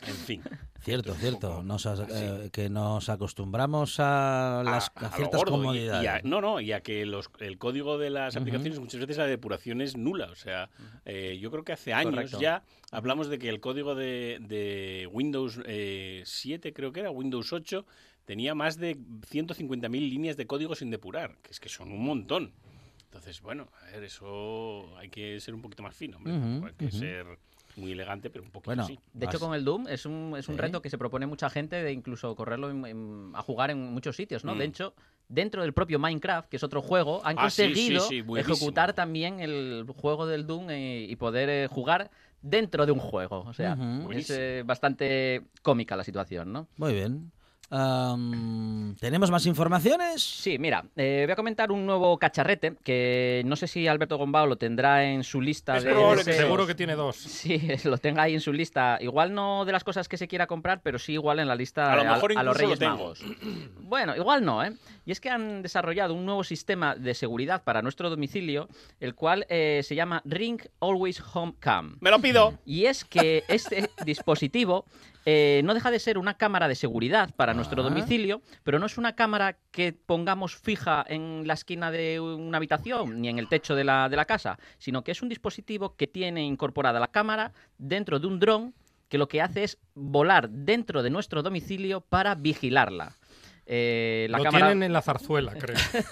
Speaker 4: en fin.
Speaker 2: Cierto,
Speaker 4: Esto es un
Speaker 2: cierto.
Speaker 4: poco
Speaker 2: Nos as-
Speaker 4: así.
Speaker 2: eh, que nos acostumbramos a, las, a
Speaker 4: a lo
Speaker 2: ciertas
Speaker 4: gordo y-
Speaker 2: comodidades.
Speaker 4: y a- no, no, y a que los- el código de las aplicaciones muchas veces la depuración es nula. O sea, eh, yo creo que hace años
Speaker 5: Correcto.
Speaker 4: ya hablamos de que el código de, de Windows eh, 7, creo que era, Windows 8, tenía más de 150.000 líneas de código sin depurar, que es que son un montón. Entonces, bueno, a ver, eso hay que ser un poquito más fino, hombre.
Speaker 2: Ujú,
Speaker 4: tampoco hay que
Speaker 2: ujú.
Speaker 4: ser muy elegante, pero un poquito
Speaker 2: Bueno,
Speaker 4: sí.
Speaker 5: De hecho,
Speaker 2: vas-
Speaker 5: con el Doom es un, es un
Speaker 2: Sí.
Speaker 5: reto que se propone mucha gente de incluso correrlo en- en- a jugar en muchos sitios, ¿no?
Speaker 4: Mm.
Speaker 5: De hecho, dentro del propio Minecraft, que es otro juego, han
Speaker 4: Ah, sí, sí,
Speaker 5: conseguido
Speaker 4: sí, buenísimo.
Speaker 5: ejecutar también el juego del Doom eh, y, poder eh, jugar dentro de un juego. O sea,
Speaker 2: Ujú.
Speaker 5: es
Speaker 4: Buenísimo.
Speaker 5: eh, bastante cómica la situación, ¿no?
Speaker 2: Muy bien. Am, ¿Tenemos más informaciones?
Speaker 5: Sí, mira, eh, voy a comentar un nuevo cacharrete que no sé si Alberto Gombao lo tendrá en su lista
Speaker 6: Es
Speaker 5: de
Speaker 6: probable que
Speaker 5: deseos.
Speaker 6: seguro que tiene dos.
Speaker 5: Sí, (laughs) lo tenga ahí en su lista. Igual no de las cosas que se quiera comprar, pero sí igual en la lista
Speaker 4: A lo mejor
Speaker 5: a, los
Speaker 4: incluso lo
Speaker 5: Reyes
Speaker 4: tengo.
Speaker 5: Magos. Bueno, igual no, ¿eh? Y es que han desarrollado un nuevo sistema de seguridad para nuestro domicilio, el cual eh, se llama Ring Always Home Cam.
Speaker 4: Me lo pido.
Speaker 5: Y es que
Speaker 6: (laughs)
Speaker 5: este dispositivo eh, no deja de ser una cámara de seguridad para nuestro
Speaker 2: Ah.
Speaker 5: domicilio, pero no es una cámara que pongamos fija en la esquina de una habitación ni en el techo de la, de la casa, sino que es un dispositivo que tiene incorporada la cámara dentro de un dron que lo que hace es volar dentro de nuestro domicilio para vigilarla. Eh, la
Speaker 6: lo
Speaker 5: cámara...
Speaker 6: tienen en la zarzuela,
Speaker 4: (laughs)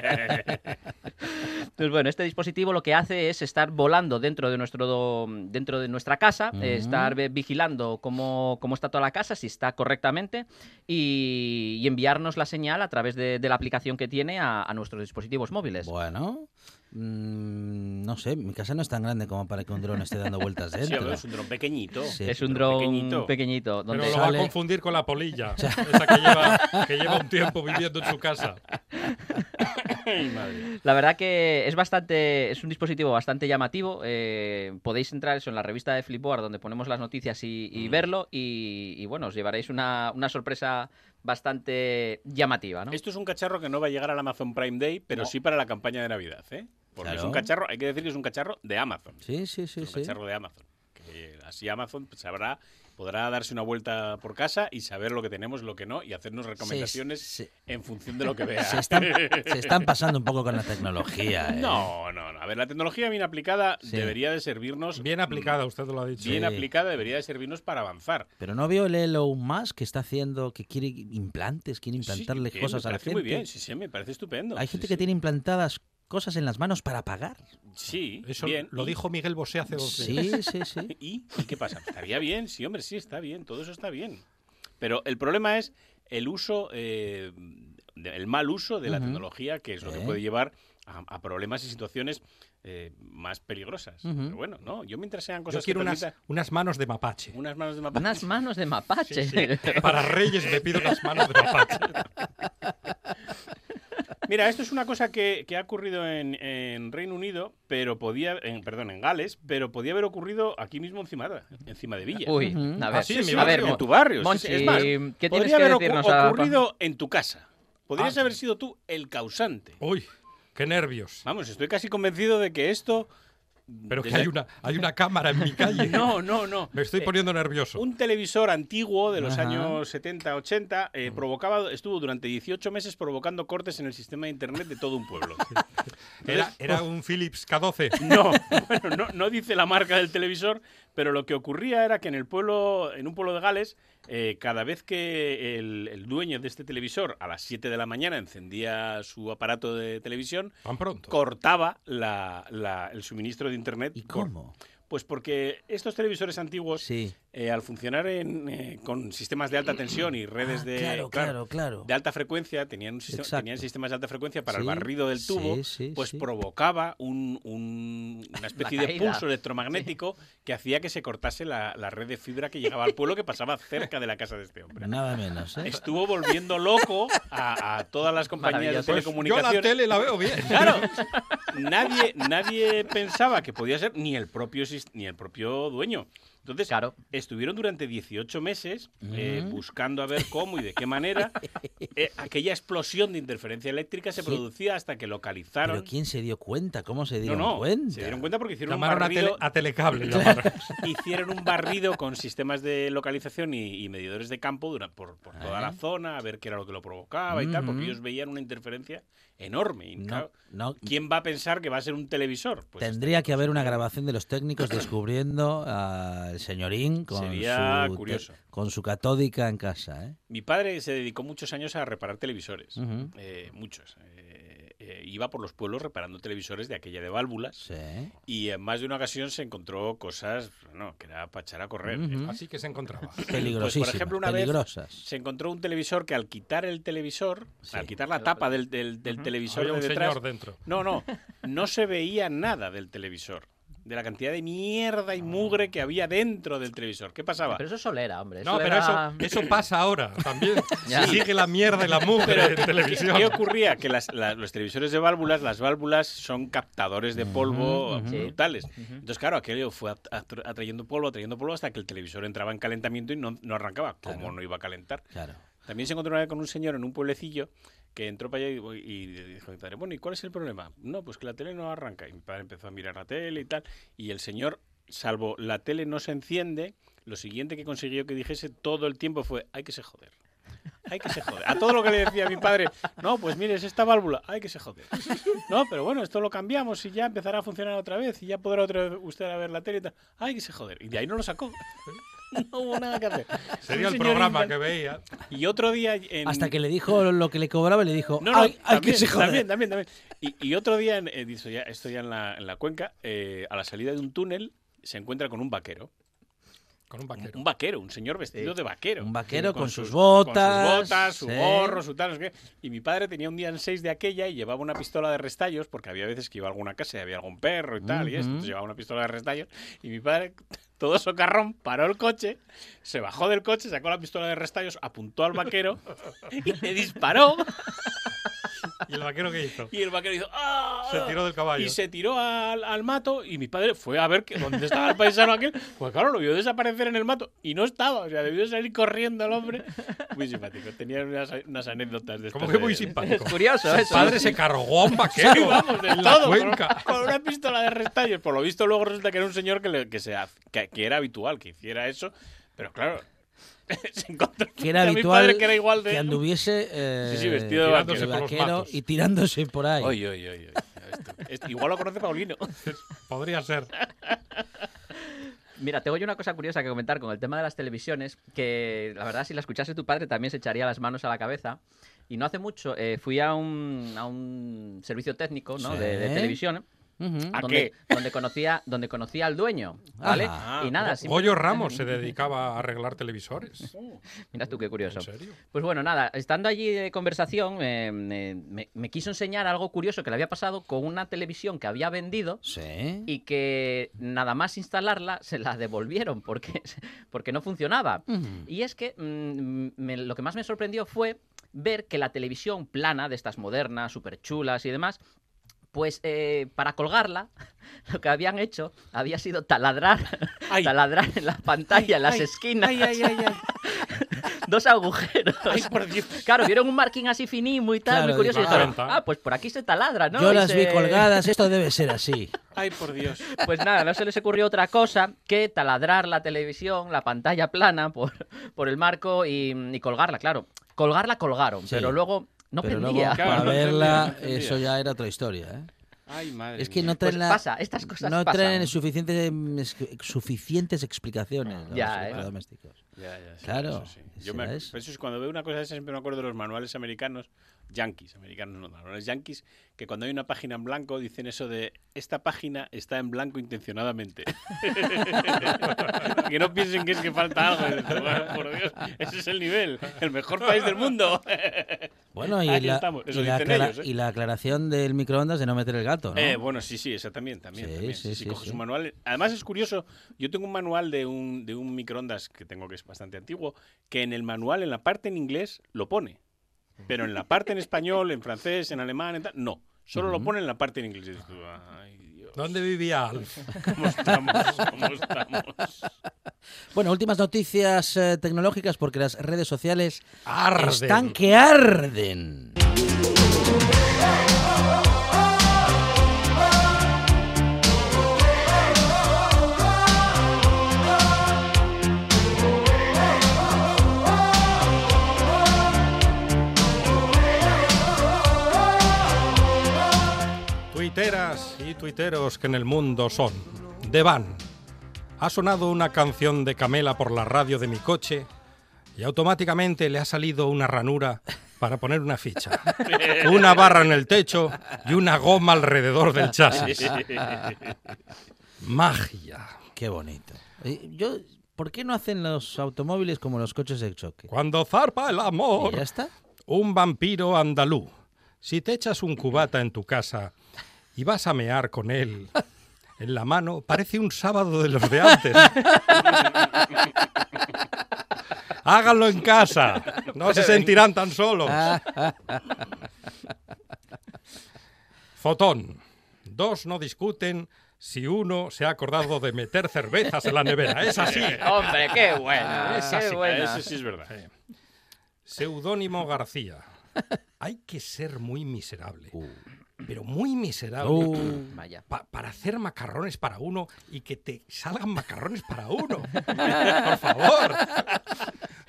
Speaker 6: creo.
Speaker 5: Entonces, bueno, este dispositivo lo que hace es estar volando dentro de nuestro do- dentro de nuestra casa, eh,
Speaker 2: Ujú.
Speaker 5: estar ve- vigilando cómo, cómo está toda la casa, si está correctamente, y, y enviarnos la señal a través de, de la aplicación que tiene a, a nuestros dispositivos móviles.
Speaker 2: Bueno, mm, no sé, mi casa no es tan grande como para que un dron esté dando vueltas
Speaker 4: (laughs) Sí,
Speaker 2: dentro.
Speaker 4: hombre, es un dron pequeñito.
Speaker 2: Sí.
Speaker 5: es un dron pequeñito,
Speaker 6: Pero
Speaker 4: pequeñito.
Speaker 5: donde
Speaker 6: lo va
Speaker 2: sale-
Speaker 6: a confundir con la
Speaker 4: (laughs)
Speaker 6: polilla, esa que lleva, que lleva un tiempo viviendo en su casa.
Speaker 4: Ay, madre.
Speaker 5: La verdad que es bastante, es un dispositivo bastante llamativo. eh, podéis entrar eso en la revista de Flipboard, donde ponemos las noticias y, y verlo. Y, y, bueno, os llevaréis una, una sorpresa bastante llamativa, ¿no?
Speaker 4: Esto es un cacharro que no va a llegar al Amazon Prime Day, pero sí para la campaña de Navidad, ¿eh? Porque
Speaker 2: Claro.
Speaker 4: es un cacharro, hay que decir que es un cacharro de Amazon.
Speaker 2: Sí, sí, sí,
Speaker 4: es un
Speaker 2: sí.
Speaker 4: cacharro de Amazon. Que así Amazon pues, sabrá, podrá darse una vuelta por casa y saber lo que tenemos, lo que no, y hacernos recomendaciones
Speaker 2: se-
Speaker 4: en función
Speaker 2: (laughs)
Speaker 4: de lo que vea.
Speaker 2: Se están, se están pasando un poco con la
Speaker 4: (laughs)
Speaker 2: tecnología. ¿eh?
Speaker 4: No, no, no. A ver, la tecnología bien aplicada
Speaker 2: Sí.
Speaker 4: debería de servirnos. mm,
Speaker 6: Bien aplicada, usted lo ha dicho.
Speaker 4: Bien
Speaker 2: Sí.
Speaker 4: aplicada debería de servirnos para avanzar.
Speaker 2: Pero no veo el Elon Musk que está haciendo, que quiere implantes, quiere
Speaker 4: Sí,
Speaker 2: implantarle
Speaker 4: bien,
Speaker 2: cosas
Speaker 4: me
Speaker 2: a la
Speaker 4: parece
Speaker 2: gente.
Speaker 4: Muy bien, sí, sí, me parece estupendo.
Speaker 2: Hay
Speaker 4: Sí,
Speaker 2: gente
Speaker 4: sí.
Speaker 2: que tiene implantadas cosas en las manos para
Speaker 4: (laughs)
Speaker 2: pagar.
Speaker 4: Sí,
Speaker 6: Eso
Speaker 4: bien.
Speaker 6: lo
Speaker 4: Y-
Speaker 6: dijo Miguel Bosé hace dos días.
Speaker 2: Sí, sí, sí.
Speaker 4: ¿Y? ¿Y qué pasa? Estaría bien, sí, hombre, sí, está bien, todo eso está bien. Pero el problema es el uso, eh, de- el mal uso de la
Speaker 2: Ujú.
Speaker 4: tecnología, que es lo que
Speaker 2: Eh.
Speaker 4: puede llevar a, a problemas y situaciones eh, más peligrosas.
Speaker 2: Ujú.
Speaker 4: Pero bueno, no, yo mientras sean
Speaker 6: Yo
Speaker 4: cosas que
Speaker 6: quiero unas,
Speaker 4: permitan
Speaker 6: unas manos de mapache.
Speaker 4: unas manos de mapa.
Speaker 5: Unas manos de mapache.
Speaker 6: (laughs) Para Reyes me pido unas manos de mapache.
Speaker 4: (laughs) Mira, esto es una cosa que, que ha ocurrido en, en Reino Unido, pero podía, en, perdón, en Gales, pero podía haber ocurrido aquí mismo encima de, encima de Villa.
Speaker 5: (laughs) Uy,
Speaker 2: Ujú.
Speaker 5: a ver,
Speaker 6: Ah, sí, en mi
Speaker 5: a
Speaker 6: barrio.
Speaker 5: ver, Mon-
Speaker 4: en tu barrio. sí,
Speaker 5: Monchi,
Speaker 4: sí. Es más,
Speaker 5: ¿qué tienes
Speaker 4: Podría
Speaker 5: que
Speaker 4: haber ocu-
Speaker 5: decirnos a-
Speaker 4: ocurrido en tu casa. Podrías
Speaker 6: Ah.
Speaker 4: haber sido tú el causante.
Speaker 6: Uy, qué nervios.
Speaker 4: Vamos, estoy casi convencido de que esto.
Speaker 6: Pero que
Speaker 4: desde-
Speaker 6: hay una, hay una cámara en mi calle.
Speaker 4: (laughs) No,
Speaker 6: (laughs)
Speaker 4: no, no.
Speaker 6: Me estoy
Speaker 4: Eh,
Speaker 6: poniendo nervioso.
Speaker 4: un televisor antiguo de los
Speaker 2: Ajá.
Speaker 4: años 70, 80
Speaker 6: Mm.
Speaker 4: eh, provocaba, estuvo durante 18 meses provocando cortes en el sistema de internet de todo
Speaker 6: (laughs)
Speaker 4: un pueblo. Oh.
Speaker 6: Era, era un Philips K12.
Speaker 4: (laughs) No, bueno, no, no dice la marca del televisor, Pero lo que ocurría era que en el pueblo, en un pueblo de Gales, eh, cada vez que el, el dueño de este televisor a las 7 de la mañana encendía su aparato de televisión,
Speaker 6: Van pronto.
Speaker 4: cortaba la- la- el suministro de internet.
Speaker 2: ¿Y
Speaker 4: por-
Speaker 2: cómo?
Speaker 4: Pues porque estos televisores antiguos,
Speaker 2: Sí.
Speaker 4: eh, al funcionar en, eh, con sistemas de alta tensión y redes
Speaker 2: Ah,
Speaker 4: de
Speaker 2: claro, claro, claro.
Speaker 4: de alta frecuencia, tenían, un sistema-
Speaker 2: Exacto.
Speaker 4: tenían sistemas de alta frecuencia para
Speaker 2: Sí,
Speaker 4: el barrido del
Speaker 2: sí,
Speaker 4: tubo,
Speaker 2: sí,
Speaker 4: pues
Speaker 2: sí.
Speaker 4: provocaba un- un-
Speaker 2: (laughs)
Speaker 4: una especie
Speaker 5: La
Speaker 4: de
Speaker 5: caída.
Speaker 4: pulso electromagnético que hacía que se cortase la, la red de fibra que llegaba al pueblo que pasaba cerca de la casa de
Speaker 2: (laughs)
Speaker 4: este hombre.
Speaker 2: Nada menos, ¿eh?
Speaker 4: Estuvo volviendo loco a, a todas las compañías de
Speaker 5: Maravilloso.
Speaker 3: Pues yo la
Speaker 4: telecomunicaciones.
Speaker 3: tele la veo
Speaker 4: (laughs)
Speaker 3: bien.
Speaker 4: Claro, nadie, nadie pensaba que podía ser ni el propio, sis- ni el propio dueño. Entonces,
Speaker 5: Claro.
Speaker 4: estuvieron durante 18 meses eh,
Speaker 2: Mm.
Speaker 4: buscando a ver cómo y de
Speaker 2: (laughs)
Speaker 4: qué manera eh, aquella explosión de interferencia eléctrica se
Speaker 2: Sí.
Speaker 4: producía hasta que localizaron.
Speaker 2: Pero ¿quién se dio cuenta? ¿Cómo se
Speaker 4: no,
Speaker 2: dieron
Speaker 4: no,
Speaker 2: cuenta?
Speaker 4: se dieron cuenta porque hicieron un,
Speaker 6: Llamaron a, tele-
Speaker 4: barrido,
Speaker 2: (laughs)
Speaker 6: a
Speaker 4: (laughs)
Speaker 6: Telecable. llamaron.
Speaker 4: hicieron un barrido con sistemas de localización y, y medidores de campo dura- por, por toda
Speaker 2: Ah.
Speaker 4: la zona, a ver qué era lo que lo provocaba y tal, porque
Speaker 2: Ujú.
Speaker 4: ellos veían una interferencia enorme. y
Speaker 2: Mm. No,
Speaker 4: claro,
Speaker 2: no,
Speaker 4: ¿Quién va a pensar que va a ser un televisor? Pues
Speaker 2: Tendría que haber una grabación de los técnicos descubriendo al señorín con,
Speaker 4: Sería
Speaker 2: su, te-
Speaker 4: curioso.
Speaker 2: con su catódica en casa. ¿eh?
Speaker 4: Mi padre se dedicó muchos años a reparar televisores,
Speaker 2: Ujú.
Speaker 4: eh, muchos. Eh, eh, iba por los pueblos reparando televisores de aquella de válvulas
Speaker 2: Sí.
Speaker 4: y en más de una ocasión se encontró cosas no, que era para echar a correr.
Speaker 2: Ujú.
Speaker 6: Así que se
Speaker 4: (laughs)
Speaker 6: encontraba.
Speaker 2: Peligrosísimas,
Speaker 4: Pues, por ejemplo, una vez-
Speaker 2: peligrosas.
Speaker 4: Se encontró un televisor que al quitar el televisor,
Speaker 2: Sí.
Speaker 4: al quitar la tapa del, del- del televisor
Speaker 6: Había un
Speaker 4: de detrás,
Speaker 6: señor dentro.
Speaker 4: no, no, no se veía nada del televisor, de la cantidad de mierda y mugre que había dentro del televisor. ¿Qué pasaba?
Speaker 5: Pero eso es solera, hombre.
Speaker 6: No,
Speaker 5: eso
Speaker 6: pero
Speaker 5: era-
Speaker 6: eso,
Speaker 4: (laughs)
Speaker 6: eso pasa ahora también.
Speaker 5: Ya.
Speaker 6: Sigue la mierda y la mugre en televisión.
Speaker 4: ¿Qué ocurría? Que las- la- los televisores de válvulas, las válvulas son captadores de polvo
Speaker 5: ujú.
Speaker 4: brutales. Entonces, claro, aquello fue at- atr- atrayendo polvo, atrayendo polvo, hasta que el televisor entraba en calentamiento y no, no arrancaba. Como no iba a calentar.
Speaker 2: Claro.
Speaker 4: También se encontró una vez con un señor en un pueblecillo que entró para allá y, y le dijo a mi padre, bueno, ¿y cuál es el problema? No, pues que la tele no arranca. Y mi padre empezó a mirar la tele y tal. Y el señor, salvo la tele no se enciende, lo siguiente que consiguió que dijese todo el tiempo fue, hay que se joder. Hay que se joder. A todo lo que le decía mi padre, no, pues mire, es esta válvula, hay que se joder. No, pero bueno, esto lo cambiamos y ya empezará a funcionar otra vez y ya podrá otra vez usted a ver la tele y tal. Hay que se joder. Y de ahí no lo sacó. (laughs) No hubo nada que hacer.
Speaker 6: Sería
Speaker 4: Un
Speaker 6: el
Speaker 4: señor
Speaker 6: programa
Speaker 4: infantil-
Speaker 6: que veía.
Speaker 4: y otro día en...
Speaker 2: Hasta que le dijo lo que le cobraba y le dijo,
Speaker 4: No, no,
Speaker 2: "Ay, ay, que
Speaker 4: también,
Speaker 2: se joder".
Speaker 4: también, también, también. Y, y otro día, en- eh, dice ya, esto ya en la, en la cuenca, eh, a la salida de un túnel se encuentra con un vaquero.
Speaker 6: Con un
Speaker 4: Un,
Speaker 6: vaquero.
Speaker 4: un vaquero, un señor vestido de vaquero.
Speaker 2: Un vaquero con sus
Speaker 4: Con
Speaker 2: botas,
Speaker 4: sus botas, su
Speaker 2: sí.
Speaker 4: gorro, su tal, no sé qué. Y mi padre tenía un día en seis de aquella y llevaba una pistola de restallos, porque había veces que iba a alguna casa y había algún perro y tal, y esto. Entonces llevaba una pistola de restallos. Y mi padre, (laughs) todo socarrón, paró el coche, se bajó del coche, sacó la pistola de restallos, apuntó
Speaker 2: (laughs)
Speaker 4: al vaquero y le disparó.
Speaker 6: ¿Y el vaquero qué hizo?
Speaker 4: Y el vaquero hizo ¡Ah!
Speaker 6: Se tiró del caballo.
Speaker 4: Y se tiró al, al mato y mi padre fue a ver que, dónde estaba el paisano aquel. Pues claro, lo vio desaparecer en el mato y no estaba. O sea, debió salir corriendo el hombre. Muy simpático. Tenían unas, unas anécdotas de
Speaker 6: Como
Speaker 4: estas
Speaker 6: que
Speaker 4: de-
Speaker 6: muy
Speaker 4: de-
Speaker 6: simpático.
Speaker 5: (laughs) Curioso
Speaker 6: Su
Speaker 5: eso.
Speaker 6: padre se cargó a un vaquero
Speaker 4: Sí, (laughs) vamos, de
Speaker 6: en la
Speaker 4: todo, con-
Speaker 6: cuenca.
Speaker 4: Con, una pistola de restallos. Por lo visto, luego resulta que era un señor que, le- que, se ha- que, que era habitual que hiciera eso. Pero claro, (laughs) se encontró
Speaker 2: que era
Speaker 4: a mi
Speaker 2: habitual
Speaker 4: padre que era igual de.
Speaker 2: anduviese eh,
Speaker 4: Sí, sí, vestido de
Speaker 2: tirándose
Speaker 6: vaquero.
Speaker 2: vaquero
Speaker 6: por los matos.
Speaker 2: y tirándose por ahí.
Speaker 4: Oy, oy, oy, oy. Esto- esto- igual lo conoce Paulino.
Speaker 6: (laughs) Podría ser.
Speaker 5: Mira, tengo yo una cosa curiosa que comentar con el tema de las televisiones, que la verdad si la escuchase tu padre también se echaría las manos a la cabeza. Y no hace mucho eh, fui a un, a un servicio técnico ¿no?
Speaker 2: Sí.
Speaker 5: de, de televisión, ¿eh?
Speaker 2: Ujú.
Speaker 4: ¿A
Speaker 5: donde, donde, conocía, donde conocía al dueño, ¿vale?
Speaker 2: Ajá.
Speaker 4: Ah,
Speaker 5: y nada, simple-
Speaker 6: Goyo Ramos se dedicaba a arreglar televisores.
Speaker 5: mira tú qué curioso.
Speaker 6: ¿En serio?
Speaker 5: Pues bueno, nada, estando allí de conversación, eh, me, me- me quiso enseñar algo curioso que le había pasado con una televisión que había vendido
Speaker 2: Sí.
Speaker 5: y que nada más instalarla se la devolvieron porque, (laughs) porque no funcionaba. Y es que mm, me- lo que más me sorprendió fue ver que la televisión plana, de estas modernas, súper chulas y demás, pues eh, para colgarla, (laughs) lo que habían hecho había sido taladrar,
Speaker 4: Ay.
Speaker 5: taladrar en la pantalla, en las esquinas, dos agujeros.
Speaker 4: Ay, por Dios.
Speaker 5: Claro, vieron un marking así finísimo y tal,
Speaker 2: Claro,
Speaker 5: muy curioso. Y
Speaker 6: claro.
Speaker 5: dijeron, ah, pues por aquí se taladra, ¿no?
Speaker 2: Yo
Speaker 5: Y
Speaker 2: las vi
Speaker 5: se-
Speaker 2: colgadas, esto debe ser así.
Speaker 4: Ay, por Dios.
Speaker 5: (laughs) Pues nada, no se les ocurrió otra cosa que taladrar la televisión, la pantalla plana por, por el marco y, y colgarla, claro. Colgarla colgaron,
Speaker 2: Sí.
Speaker 5: pero luego (laughs) no
Speaker 2: Pero luego
Speaker 5: prendía.
Speaker 4: Claro,
Speaker 2: para
Speaker 4: no entendía,
Speaker 2: verla,
Speaker 4: no entendía.
Speaker 2: eso ya era otra historia. ¿eh?
Speaker 4: Ay, madre
Speaker 2: Es que
Speaker 4: mía.
Speaker 2: no
Speaker 5: Pues
Speaker 2: traen la-
Speaker 5: pasa, estas cosas
Speaker 2: no
Speaker 5: pasan.
Speaker 2: traen suficientes, mm, es- suficientes explicaciones los
Speaker 5: Ya, ¿eh?
Speaker 2: electrodomésticos.
Speaker 4: Ya, ya, sí,
Speaker 2: Claro,
Speaker 4: eso sí. Yo
Speaker 2: será
Speaker 4: me,
Speaker 2: eso.
Speaker 4: por eso es cuando veo una cosa de esas siempre me acuerdo de los manuales americanos, yankees, americanos no, manuales yankees, que cuando hay una página en blanco dicen eso de esta página está en blanco intencionadamente. (laughs) que no piensen que es que falta algo. Y dices, "Bueno, por Dios, ese es el nivel, el mejor país del mundo.
Speaker 2: Bueno, y
Speaker 4: Ahí
Speaker 2: la,
Speaker 4: estamos, eso
Speaker 2: y la
Speaker 4: dicen
Speaker 2: aclara-
Speaker 4: ellos, ¿eh?
Speaker 2: y la aclaración del microondas de no meter el gato, ¿no?
Speaker 4: Eh, bueno, sí, sí, esa también, también.
Speaker 2: Sí,
Speaker 4: también.
Speaker 2: sí,
Speaker 4: Sí, sí,
Speaker 2: sí,
Speaker 4: coges
Speaker 2: sí.
Speaker 4: un manual. Además es curioso, yo tengo un manual de un, de un microondas que tengo que es bastante antiguo, que en el manual, en la parte en inglés, lo pone. Pero en la parte en español, en francés, en alemán, en tal, no. Solo lo pone en la parte en inglés. Y dices tú, Ay, Dios,
Speaker 6: ¿Dónde vivía Alf?
Speaker 4: ¿Cómo estamos? ¿Cómo estamos?
Speaker 2: Bueno, últimas noticias eh, tecnológicas porque las redes sociales
Speaker 6: Arden.
Speaker 2: están que arden.
Speaker 6: Tuiteras y tuiteros que en el mundo son. The Van. Ha sonado una canción de Camela por la radio de mi coche y automáticamente le ha salido una ranura para poner una ficha,
Speaker 4: (laughs)
Speaker 6: una barra en el techo y una goma alrededor del chasis. Magia.
Speaker 2: Qué bonito. Eh, Yo, ¿Por qué no hacen los automóviles como los coches de choque?
Speaker 6: Cuando zarpa el
Speaker 2: ¿Y
Speaker 6: amor.
Speaker 2: ya
Speaker 5: (laughs)
Speaker 2: está?
Speaker 6: Un vampiro andalú. Si te echas un cubata en tu casa y vas a mear con él en la mano, parece un sábado de los de antes. Háganlo en casa. No se sentirán tan solos. Fotón. Dos no discuten si uno se ha acordado de meter cervezas en la nevera. Es así. ¿eh?
Speaker 5: Hombre, qué buena.
Speaker 6: Esa
Speaker 5: qué
Speaker 6: sí,
Speaker 5: buena.
Speaker 4: Ah, Eso Eh. sí es verdad.
Speaker 6: Seudónimo García. Hay que ser muy miserable.
Speaker 4: Uh.
Speaker 6: Pero muy miserable.
Speaker 5: Vaya.
Speaker 6: pa- para hacer macarrones para uno y que te salgan macarrones para uno. Por favor.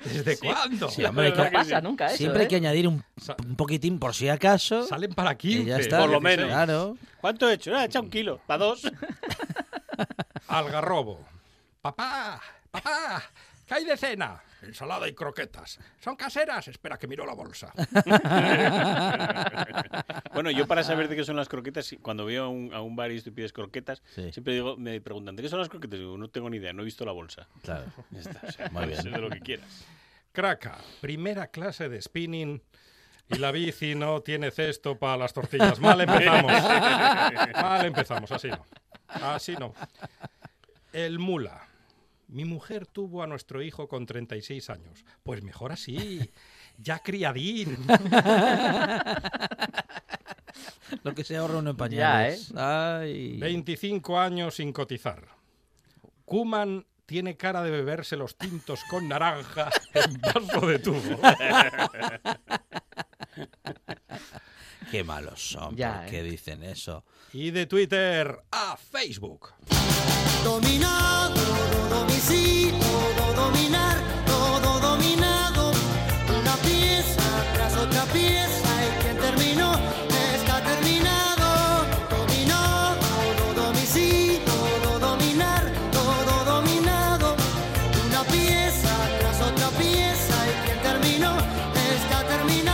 Speaker 6: ¿Desde cuándo?
Speaker 2: Sí, hombre,
Speaker 5: No
Speaker 2: que-
Speaker 5: pasa nunca eso.
Speaker 2: siempre hay
Speaker 5: ¿eh?
Speaker 2: que añadir un,
Speaker 6: Sa-
Speaker 2: un poquitín por si acaso.
Speaker 6: Salen para aquí.
Speaker 2: y ya está.
Speaker 4: por lo menos.
Speaker 2: Claro.
Speaker 4: ¿Cuánto he hecho? Ah, he echado un kilo. ¿Para dos?
Speaker 6: Algarrobo. Papá, papá, ¿qué hay de cena? Ensalada y croquetas. ¿Son caseras? Espera que miro la bolsa.
Speaker 4: Bueno, yo para saber de qué son las croquetas, si- cuando veo a un, a un bar y tú pides croquetas,
Speaker 2: Sí.
Speaker 4: siempre digo, me preguntan, ¿de qué son las croquetas? Digo, no tengo ni idea, no he visto la bolsa.
Speaker 2: Claro.
Speaker 4: Ya está, o sea,
Speaker 2: Muy
Speaker 4: (laughs) puede
Speaker 2: bien.
Speaker 4: ser de lo que quieras.
Speaker 6: Craca, primera clase de spinning y la bici no tiene cesto para las tortillas. Mal empezamos. Mal empezamos, así no. Así no. El mula. Mi mujer tuvo a nuestro hijo con 36 años. Pues mejor así. Ya criadín.
Speaker 2: Lo que se ahorra uno en
Speaker 5: Ya, ¿eh?
Speaker 2: pañales. Ay.
Speaker 6: 25 años sin cotizar. Kuman tiene cara de beberse los tintos con naranja en vaso de tubo.
Speaker 2: Qué malos son.
Speaker 5: Ya,
Speaker 2: ¿Por
Speaker 5: ¿eh?
Speaker 2: qué dicen eso?
Speaker 6: Y de Twitter a Facebook.
Speaker 7: Dominado, todo domicilio, todo dominar, todo dominado. Una pieza tras otra pieza y quien terminó está terminado. Dominó, todo domicilio, todo dominar, todo dominado. Una pieza tras otra pieza y quien terminó está terminado.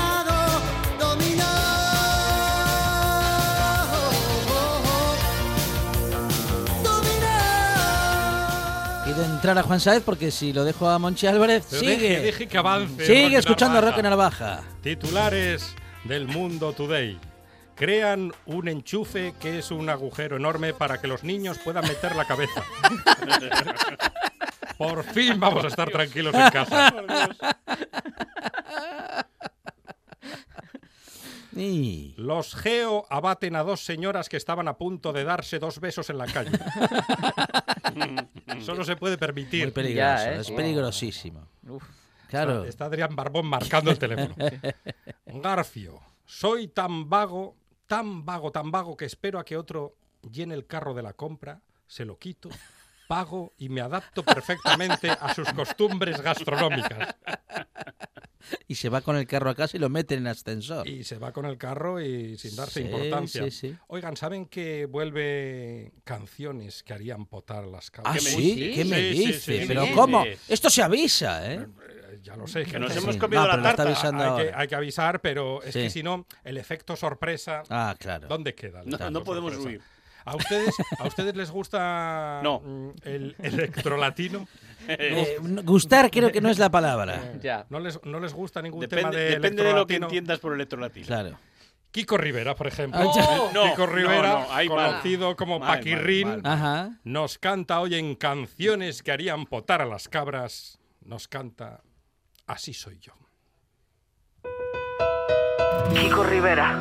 Speaker 7: Dominó. Dominar.
Speaker 2: Quiero entrar a Juan Saez porque si lo dejo a Monchi Álvarez,
Speaker 6: Pero
Speaker 2: sigue.
Speaker 6: deje- deje que avance, Roque
Speaker 2: Sigue escuchando
Speaker 6: Narvaja.
Speaker 2: Rock en Baja.
Speaker 6: Titulares del Mundo Today. Crean un enchufe que es un agujero enorme para que los niños puedan meter la
Speaker 2: (laughs)
Speaker 6: cabeza. Por fin vamos a estar tranquilos
Speaker 2: (laughs)
Speaker 6: en casa.
Speaker 2: Y...
Speaker 6: Los geo abaten a dos señoras que estaban a punto de darse dos besos en la calle.
Speaker 2: (laughs)
Speaker 6: Eso no se puede
Speaker 2: Muy
Speaker 6: permitir.
Speaker 2: peligroso,
Speaker 5: Ya, ¿eh?
Speaker 2: es
Speaker 5: Sí.
Speaker 2: peligrosísimo.
Speaker 5: Uf.
Speaker 2: Claro.
Speaker 6: Está Adrián Barbón marcando el teléfono.
Speaker 2: (laughs)
Speaker 6: Garfio, soy tan vago, tan vago, tan vago que espero a que otro llene el carro de la compra, se lo quito, pago y me adapto perfectamente a sus costumbres gastronómicas.
Speaker 2: y se va con el carro a casa y lo mete en el ascensor.
Speaker 6: Y se va con el carro y sin darse
Speaker 2: Sí,
Speaker 6: importancia.
Speaker 2: sí, sí.
Speaker 6: Oigan, ¿saben que vuelve canciones que harían potar las
Speaker 2: ¿Ah,
Speaker 6: cabezas?
Speaker 4: me
Speaker 2: sí?
Speaker 4: dices?
Speaker 2: ¿Qué me
Speaker 4: Sí, sí, sí,
Speaker 2: dices?
Speaker 4: ¿qué me
Speaker 2: ¿Pero
Speaker 4: dices?
Speaker 2: cómo? Esto se avisa, ¿eh?
Speaker 6: Eh, Ya lo sé.
Speaker 4: Que nos
Speaker 6: gente.
Speaker 4: hemos
Speaker 2: Sí.
Speaker 4: comido
Speaker 2: No,
Speaker 4: la
Speaker 2: pero lo está
Speaker 4: tarta.
Speaker 2: avisando
Speaker 6: hay, que,
Speaker 2: ahora.
Speaker 6: hay que avisar, pero es
Speaker 2: Sí.
Speaker 6: que si no, el efecto sorpresa,
Speaker 2: Ah, claro.
Speaker 6: ¿dónde queda? el
Speaker 4: No,
Speaker 6: efecto
Speaker 4: no podemos
Speaker 6: sorpresa?
Speaker 4: huir.
Speaker 2: (laughs)
Speaker 6: ¿A ustedes, ¿A ustedes les gusta
Speaker 4: (laughs) No.
Speaker 6: mm, el electrolatino?
Speaker 2: Eh, gustar creo que no es la palabra.
Speaker 5: Ya.
Speaker 6: ¿No les, ¿No les gusta ningún
Speaker 4: (laughs)
Speaker 6: tema
Speaker 4: Depende,
Speaker 6: de
Speaker 4: depende de lo que
Speaker 6: electrolatino?
Speaker 4: entiendas por electrolatino.
Speaker 2: Claro.
Speaker 6: Kiko Rivera, por ejemplo.
Speaker 2: Ah,
Speaker 4: ya. No,
Speaker 6: Kiko
Speaker 4: no,
Speaker 6: Rivera,
Speaker 4: no, ahí mal.
Speaker 6: conocido como
Speaker 4: Mal, mal,
Speaker 6: Paquirrín,
Speaker 4: mal.
Speaker 2: Ajá.
Speaker 6: nos canta hoy en canciones que harían potar a las cabras. Nos canta Así soy yo.
Speaker 8: Kiko Rivera,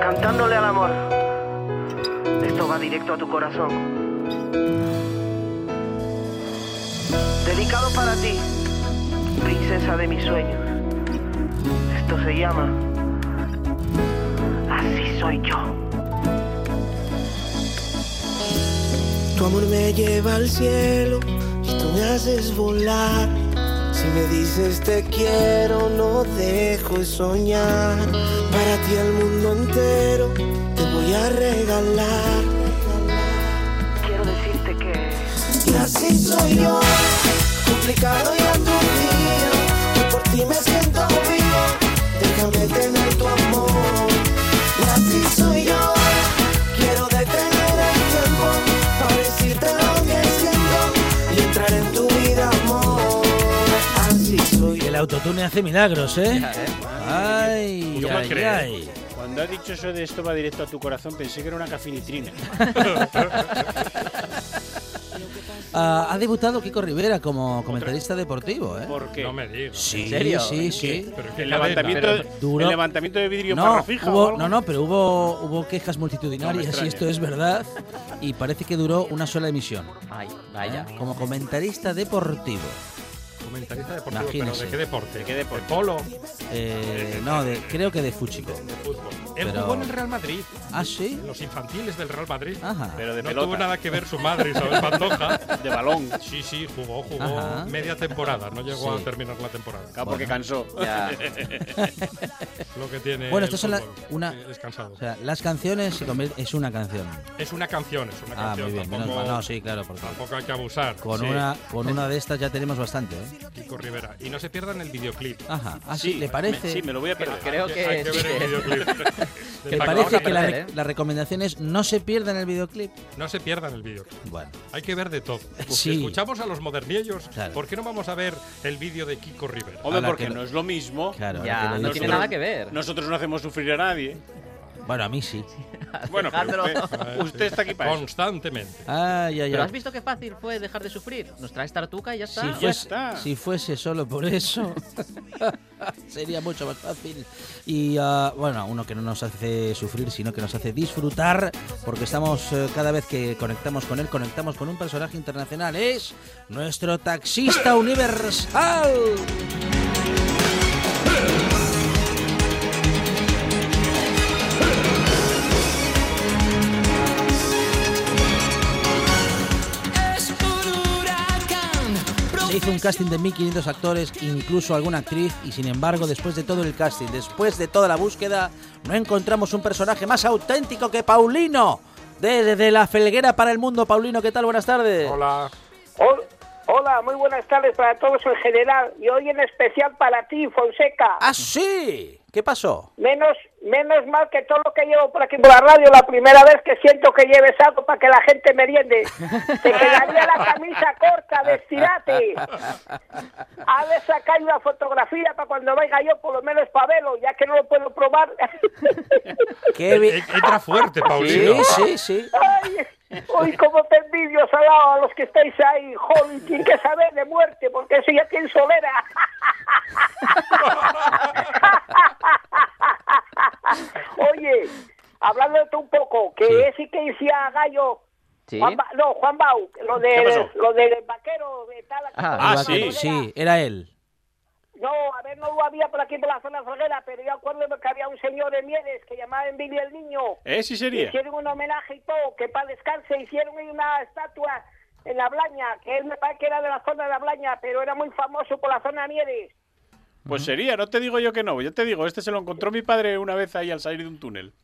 Speaker 8: cantándole al amor. Esto va directo a tu corazón. Dedicado para ti, princesa de mis sueños. Esto se llama Así soy yo.
Speaker 7: Tu amor me lleva al cielo y tú me haces volar. Si me dices te quiero, no dejo de soñar. Para ti al mundo entero te voy a regalar.
Speaker 8: Quiero decirte que...
Speaker 7: Y así soy yo, complicado y anduvido. Y por ti me siento vivo, déjame tener tu amor. Y así soy yo, quiero detener el tiempo para decirte lo que siento y entrar en tu vida, amor. Así soy yo.
Speaker 2: El autotune hace milagros, ¿eh? Ay,
Speaker 4: Yo me
Speaker 2: ay,
Speaker 4: creo.
Speaker 2: ay.
Speaker 4: Cuando ha dicho eso de esto va directo a tu corazón, pensé que era
Speaker 2: (laughs)
Speaker 4: una cafinitrina.
Speaker 2: Ah, ha debutado Kiko Rivera como comentarista deportivo, ¿eh?
Speaker 4: Porque
Speaker 6: No me digas.
Speaker 2: Sí,
Speaker 5: serio?
Speaker 2: sí, sí.
Speaker 6: Pero qué
Speaker 4: el,
Speaker 6: cadena.
Speaker 4: levantamiento,
Speaker 2: Duro.
Speaker 4: el levantamiento de vidrio en
Speaker 2: No,
Speaker 4: barra fija o
Speaker 2: hubo-
Speaker 4: algo.
Speaker 2: no, no, pero hubo, hubo quejas
Speaker 4: No me
Speaker 2: multitudinarias, y
Speaker 4: extraña.
Speaker 2: esto es verdad, y parece que duró una sola emisión. ¿eh?
Speaker 5: Ay, vaya.
Speaker 2: Como comentarista deportivo.
Speaker 6: Comentarista deportivo, pero
Speaker 2: Imagínese.
Speaker 6: ¿de qué deporte?
Speaker 4: ¿De qué deporte?
Speaker 6: polo?
Speaker 2: Eh, no, de- creo que de Fuchico.
Speaker 6: Él
Speaker 2: Pero-
Speaker 6: jugó en el Real Madrid,
Speaker 2: ¿Ah, sí?
Speaker 6: en los infantiles del Real Madrid.
Speaker 4: Ah,
Speaker 2: Ajá.
Speaker 4: Pero de
Speaker 6: no
Speaker 4: pelota,
Speaker 6: tuvo nada que ver su madre,
Speaker 2: (laughs)
Speaker 6: Isabel Pantoja.
Speaker 4: de balón.
Speaker 6: Sí, sí, jugó, jugó
Speaker 2: Ajá.
Speaker 6: media temporada, no llegó
Speaker 2: Sí.
Speaker 6: a terminar la temporada.
Speaker 4: Claro, porque cansó. (laughs)
Speaker 5: Ya.
Speaker 6: Lo que tiene
Speaker 2: Bueno,
Speaker 6: el
Speaker 2: estas son la-
Speaker 6: fútbol,
Speaker 2: una-
Speaker 6: que es cansado.
Speaker 2: O sea, las canciones se convierten- es una canción.
Speaker 6: es una canción, es una
Speaker 2: Ah,
Speaker 6: canción.
Speaker 2: muy bien. menos
Speaker 6: tampoco,
Speaker 2: mal. No, sí, claro, porque
Speaker 6: tampoco hay que abusar.
Speaker 2: con,
Speaker 6: Sí,
Speaker 2: una, con una de estas ya tenemos bastante, ¿eh?
Speaker 6: Kiko Rivera. Y no se pierdan el videoclip.
Speaker 2: Ajá. Ah, sí, ¿le
Speaker 4: me-
Speaker 2: parece?
Speaker 4: sí, me lo voy a perder.
Speaker 5: Creo
Speaker 6: hay
Speaker 5: que
Speaker 6: que
Speaker 5: sí.
Speaker 6: ver
Speaker 2: (laughs)
Speaker 6: el videoclip. De
Speaker 2: ¿Le parece
Speaker 6: Paco
Speaker 5: vamos a
Speaker 2: que la, re-
Speaker 5: perder, ¿eh?
Speaker 2: la recomendación es no se pierdan el videoclip?
Speaker 6: No se pierdan el videoclip.
Speaker 2: Bueno.
Speaker 6: Hay que ver de todo. Porque
Speaker 2: Sí.
Speaker 6: escuchamos a los modernillos.
Speaker 2: Claro.
Speaker 6: ¿Por qué no vamos a ver el vídeo de Kiko Rivera?
Speaker 4: Hombre,
Speaker 2: Ala,
Speaker 4: porque
Speaker 2: que lo-
Speaker 4: no es lo mismo.
Speaker 2: Claro,
Speaker 5: Ya,
Speaker 2: ahora que lo
Speaker 5: no
Speaker 2: dices
Speaker 4: Nosotros-
Speaker 5: tiene
Speaker 2: tú.
Speaker 5: nada que ver.
Speaker 4: Nosotros no hacemos sufrir a
Speaker 9: (laughs)
Speaker 4: nadie.
Speaker 2: Bueno, a mí sí.
Speaker 4: Bueno, pero
Speaker 6: (laughs)
Speaker 5: Alejandro.
Speaker 4: usted, usted está aquí para eso.
Speaker 6: Ah, Constantemente.
Speaker 2: Ay, ay,
Speaker 5: Pero
Speaker 2: ay.
Speaker 5: has visto qué fácil fue dejar de sufrir. Nos traes tartuca y ya está.
Speaker 2: Si
Speaker 4: Ya
Speaker 2: fuese,
Speaker 4: está.
Speaker 2: si fuese solo por eso, (laughs) sería mucho más fácil. Y ah, bueno, uno que no nos hace sufrir, sino que nos hace disfrutar, porque estamos eh, cada vez que conectamos con él, conectamos con un personaje internacional. Es nuestro taxista universal. Se hizo un casting de 1500 actores, incluso alguna actriz, y sin embargo, después de todo el casting, después de toda la búsqueda, no encontramos un personaje más auténtico que Paulino. Desde la felguera para el mundo, Paulino, ¿qué tal? Buenas tardes.
Speaker 6: Hola.
Speaker 9: Hol- Hola, muy buenas tardes para todos en general y hoy en especial para ti, Fonseca.
Speaker 2: ¡Ah, sí! ¿Qué pasó?
Speaker 9: Menos, menos mal que todo lo que llevo por aquí por la radio, la primera vez que siento que lleves algo para que la gente meriende. Te quedaría la camisa corta de estirate. Ha de sacar una fotografía para cuando venga yo, por lo menos para verlo, ya que no lo puedo probar.
Speaker 2: ¡Qué bien!
Speaker 6: E- Entra fuerte, Paulino.
Speaker 2: Eh, Sí, sí, sí.
Speaker 9: Ay, uy, cómo te envidio, salado, a los que estáis ahí. Joder, tiene que saber de muerte, porque eso ya tiene solera. Oye, hablándote un poco, que
Speaker 2: Sí.
Speaker 9: ese que decía Gallo,
Speaker 5: Sí.
Speaker 9: Juan Ba- no, Juan Bau, lo
Speaker 4: ¿Qué
Speaker 9: de
Speaker 4: pasó?
Speaker 9: lo del vaquero de tal.
Speaker 5: Ah,
Speaker 4: Ah,
Speaker 2: El
Speaker 4: sí.
Speaker 2: vaquero, Sí, era él.
Speaker 9: No, a ver, no lo había por aquí por la zona fraguera, pero yo acuerdo que había un señor de Mieres que llamaba Envidia el Niño.
Speaker 4: ¿Eh? Sí sería.
Speaker 9: Hicieron un homenaje y todo, que para descanse hicieron ahí una estatua en la Blaña, que él me parece que era de la zona de la Blaña, pero era muy famoso por la zona Nieves.
Speaker 4: Pues sería, no te digo yo que no, yo te digo, este se lo encontró mi padre una vez ahí al salir de un túnel.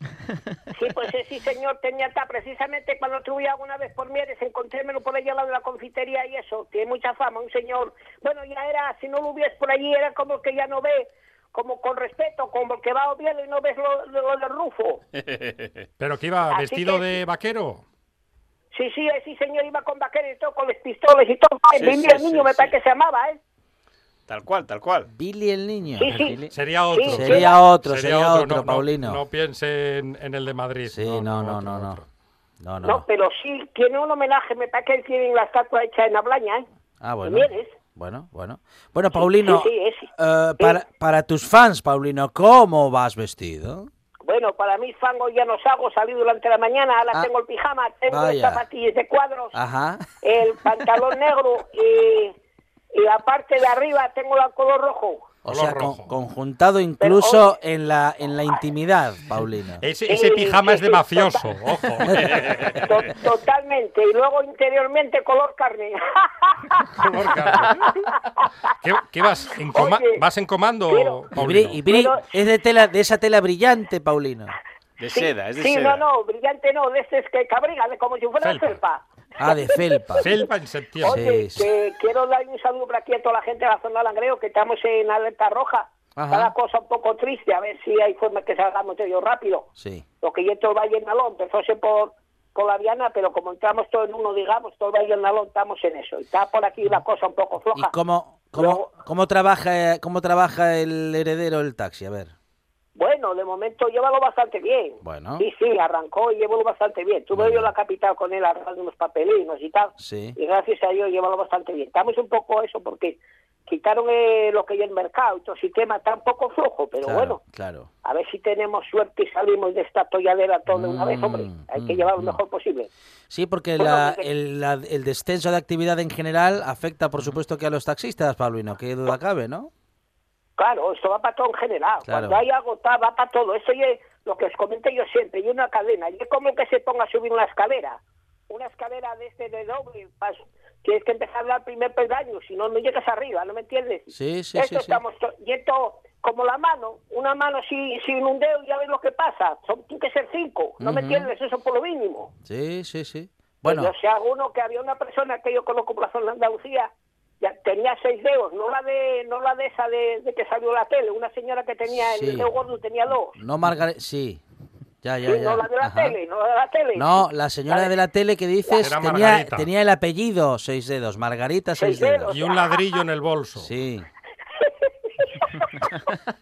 Speaker 9: Sí, pues sí,
Speaker 4: (laughs)
Speaker 9: sí, señor, tenía está precisamente cuando estuve alguna vez por Mieres, encontrémelo por allá al lado de la confitería y eso, tiene mucha fama, un señor. Bueno, ya era, si no lo hubies por allí, era como el que ya no ve, como con respeto, como el que va a Oviedo y no ves lo, lo- lo
Speaker 4: (laughs)
Speaker 9: del Rufo.
Speaker 6: Pero que iba
Speaker 9: Así
Speaker 6: vestido
Speaker 9: que-
Speaker 6: de vaquero.
Speaker 9: Sí, sí, eh, sí, señor, iba con vaqueros y todo, con los pistoles y todo. Ay,
Speaker 4: Sí,
Speaker 9: Billy
Speaker 4: sí,
Speaker 9: el niño
Speaker 4: sí,
Speaker 9: me
Speaker 4: sí.
Speaker 9: parece que se llamaba, ¿eh?
Speaker 4: Tal cual, tal cual.
Speaker 2: Billy el niño.
Speaker 9: Sí, sí.
Speaker 2: Billy-
Speaker 6: Sería otro.
Speaker 9: Sí,
Speaker 2: Sería otro,
Speaker 6: Sería
Speaker 2: sería, otro,
Speaker 6: no- no-
Speaker 2: Paulino.
Speaker 6: No, piense en, en el de Madrid.
Speaker 2: sí, no, no, no,
Speaker 6: otro,
Speaker 2: no.
Speaker 6: otro.
Speaker 2: No, no,
Speaker 9: No,
Speaker 2: no.
Speaker 9: pero sí, tiene un homenaje, me parece que tiene la estatua hecha en Ablaña, ¿eh?
Speaker 2: Ah, bueno.
Speaker 9: ¿Mieres?
Speaker 2: Bueno, bueno. Bueno, Paulino,
Speaker 9: sí, sí, es-
Speaker 2: eh, para, para tus fans, Paulino, ¿cómo vas vestido?
Speaker 9: Bueno, para mí fangos ya los hago, salí durante la mañana, ahora
Speaker 2: Ah,
Speaker 9: tengo el pijama, tengo
Speaker 2: vaya.
Speaker 9: los zapatillas de cuadros,
Speaker 4: Ah.
Speaker 2: Ajá.
Speaker 4: (laughs)
Speaker 9: el pantalón negro y, y la parte de arriba tengo la color rojo.
Speaker 2: O
Speaker 6: Color
Speaker 2: sea, con-
Speaker 6: rojo.
Speaker 2: conjuntado incluso en la en la
Speaker 6: (laughs)
Speaker 2: intimidad, Paulino.
Speaker 6: Ese,
Speaker 9: Sí,
Speaker 6: ese pijama
Speaker 9: sí,
Speaker 6: es de
Speaker 9: sí,
Speaker 6: mafioso,
Speaker 9: total.
Speaker 6: ojo. eh.
Speaker 9: To- totalmente, y luego interiormente color carne. (laughs)
Speaker 6: Color carne. ¿Qué, qué vas? ¿En coma-
Speaker 9: Oye,
Speaker 6: ¿Vas en comando,
Speaker 9: pero-
Speaker 2: Y bri-
Speaker 6: Paulino?
Speaker 2: y bri-
Speaker 9: Pero-
Speaker 2: es de tela de esa tela brillante, Paulino.
Speaker 4: De
Speaker 9: Sí,
Speaker 4: seda, es de
Speaker 9: sí,
Speaker 4: seda.
Speaker 9: no, no, brillante no, de este es que cabriga, de como si fuera
Speaker 6: Felpa.
Speaker 9: felpa.
Speaker 2: Ah, de felpa.
Speaker 6: (laughs) Selva en septiembre.
Speaker 9: Oye,
Speaker 2: Sí, sí.
Speaker 9: que quiero dar un saludo para aquí a toda la gente de la zona de Langreo, que estamos en alerta roja.
Speaker 2: Ajá.
Speaker 9: Cada cosa un poco triste, a ver si hay forma que salgamos de ello rápido.
Speaker 2: Sí.
Speaker 9: Lo que yo todo el Valle del Nalón, empezó ser por, por la Viana, pero como entramos todo en uno, digamos, todo el Valle del Nalón, estamos en eso. Y Está por aquí la cosa un poco
Speaker 2: ¿Y
Speaker 9: floja.
Speaker 2: cómo cómo,
Speaker 9: Luego-
Speaker 2: cómo trabaja cómo trabaja el heredero del taxi? A ver.
Speaker 9: Bueno, de momento llévalo bastante bien.
Speaker 2: Bueno.
Speaker 9: Sí, sí, arrancó y llévalo bastante bien. Tuve
Speaker 2: Muy
Speaker 9: yo
Speaker 2: bien.
Speaker 9: la capital con él arreglando unos papelinos y tal.
Speaker 2: Sí.
Speaker 9: Y gracias a Dios llévalo bastante bien. Estamos un poco eso porque quitaron eh, lo que hay en el mercado y todo ese tema está un poco flojo, pero
Speaker 2: claro,
Speaker 9: bueno,
Speaker 2: claro.
Speaker 9: a ver si tenemos suerte y salimos de esta tolladera todo de una vez, hombre.
Speaker 2: Mm,
Speaker 9: Hay que
Speaker 2: mm,
Speaker 9: llevar lo
Speaker 2: mm.
Speaker 9: mejor posible.
Speaker 2: Sí, porque
Speaker 9: Bueno,
Speaker 2: la-
Speaker 9: desde-
Speaker 2: el, la- el descenso de actividad en general afecta, por supuesto, que a los taxistas, Paulino, que duda cabe, ¿no?
Speaker 9: Claro, esto va para todo en general.
Speaker 2: Claro.
Speaker 9: Cuando hay algo, tal, va para todo. Eso es lo que os comento yo siempre. Y una cadena. Y es como que se ponga a subir una escalera. Una escalera de este de doble paso. Tienes que empezar a dar primer peldaño, si no, no llegas arriba, ¿no me entiendes?
Speaker 2: Sí, sí,
Speaker 9: esto
Speaker 2: sí, sí.
Speaker 9: Estamos to- y esto, como la mano, una mano sin, sin un dedo, ya ves lo que pasa. Son, tú que ser cinco, ¿no me entiendes? Eso por lo mínimo.
Speaker 2: Sí, sí, sí.
Speaker 9: Pues
Speaker 2: Bueno,
Speaker 9: Yo sé alguno que había una persona que yo conozco por la zona de Andalucía, ya tenía seis dedos, no la de no la de esa de, de que salió la tele, una señora que tenía
Speaker 2: Sí.
Speaker 9: el dedo gordo tenía dos.
Speaker 2: no Margaret, sí. Ya, ya,
Speaker 9: Sí,
Speaker 2: ya.
Speaker 9: no la de la
Speaker 2: Ajá.
Speaker 9: tele, no la de la tele.
Speaker 2: No, la señora de la tele que dices
Speaker 6: Era
Speaker 2: tenía,
Speaker 6: Margarita.
Speaker 2: tenía el apellido seis dedos, Margarita seis
Speaker 9: Seis
Speaker 2: dedos.
Speaker 9: dedos.
Speaker 6: Y un ladrillo en el bolso. Sí,
Speaker 2: (laughs) Sí.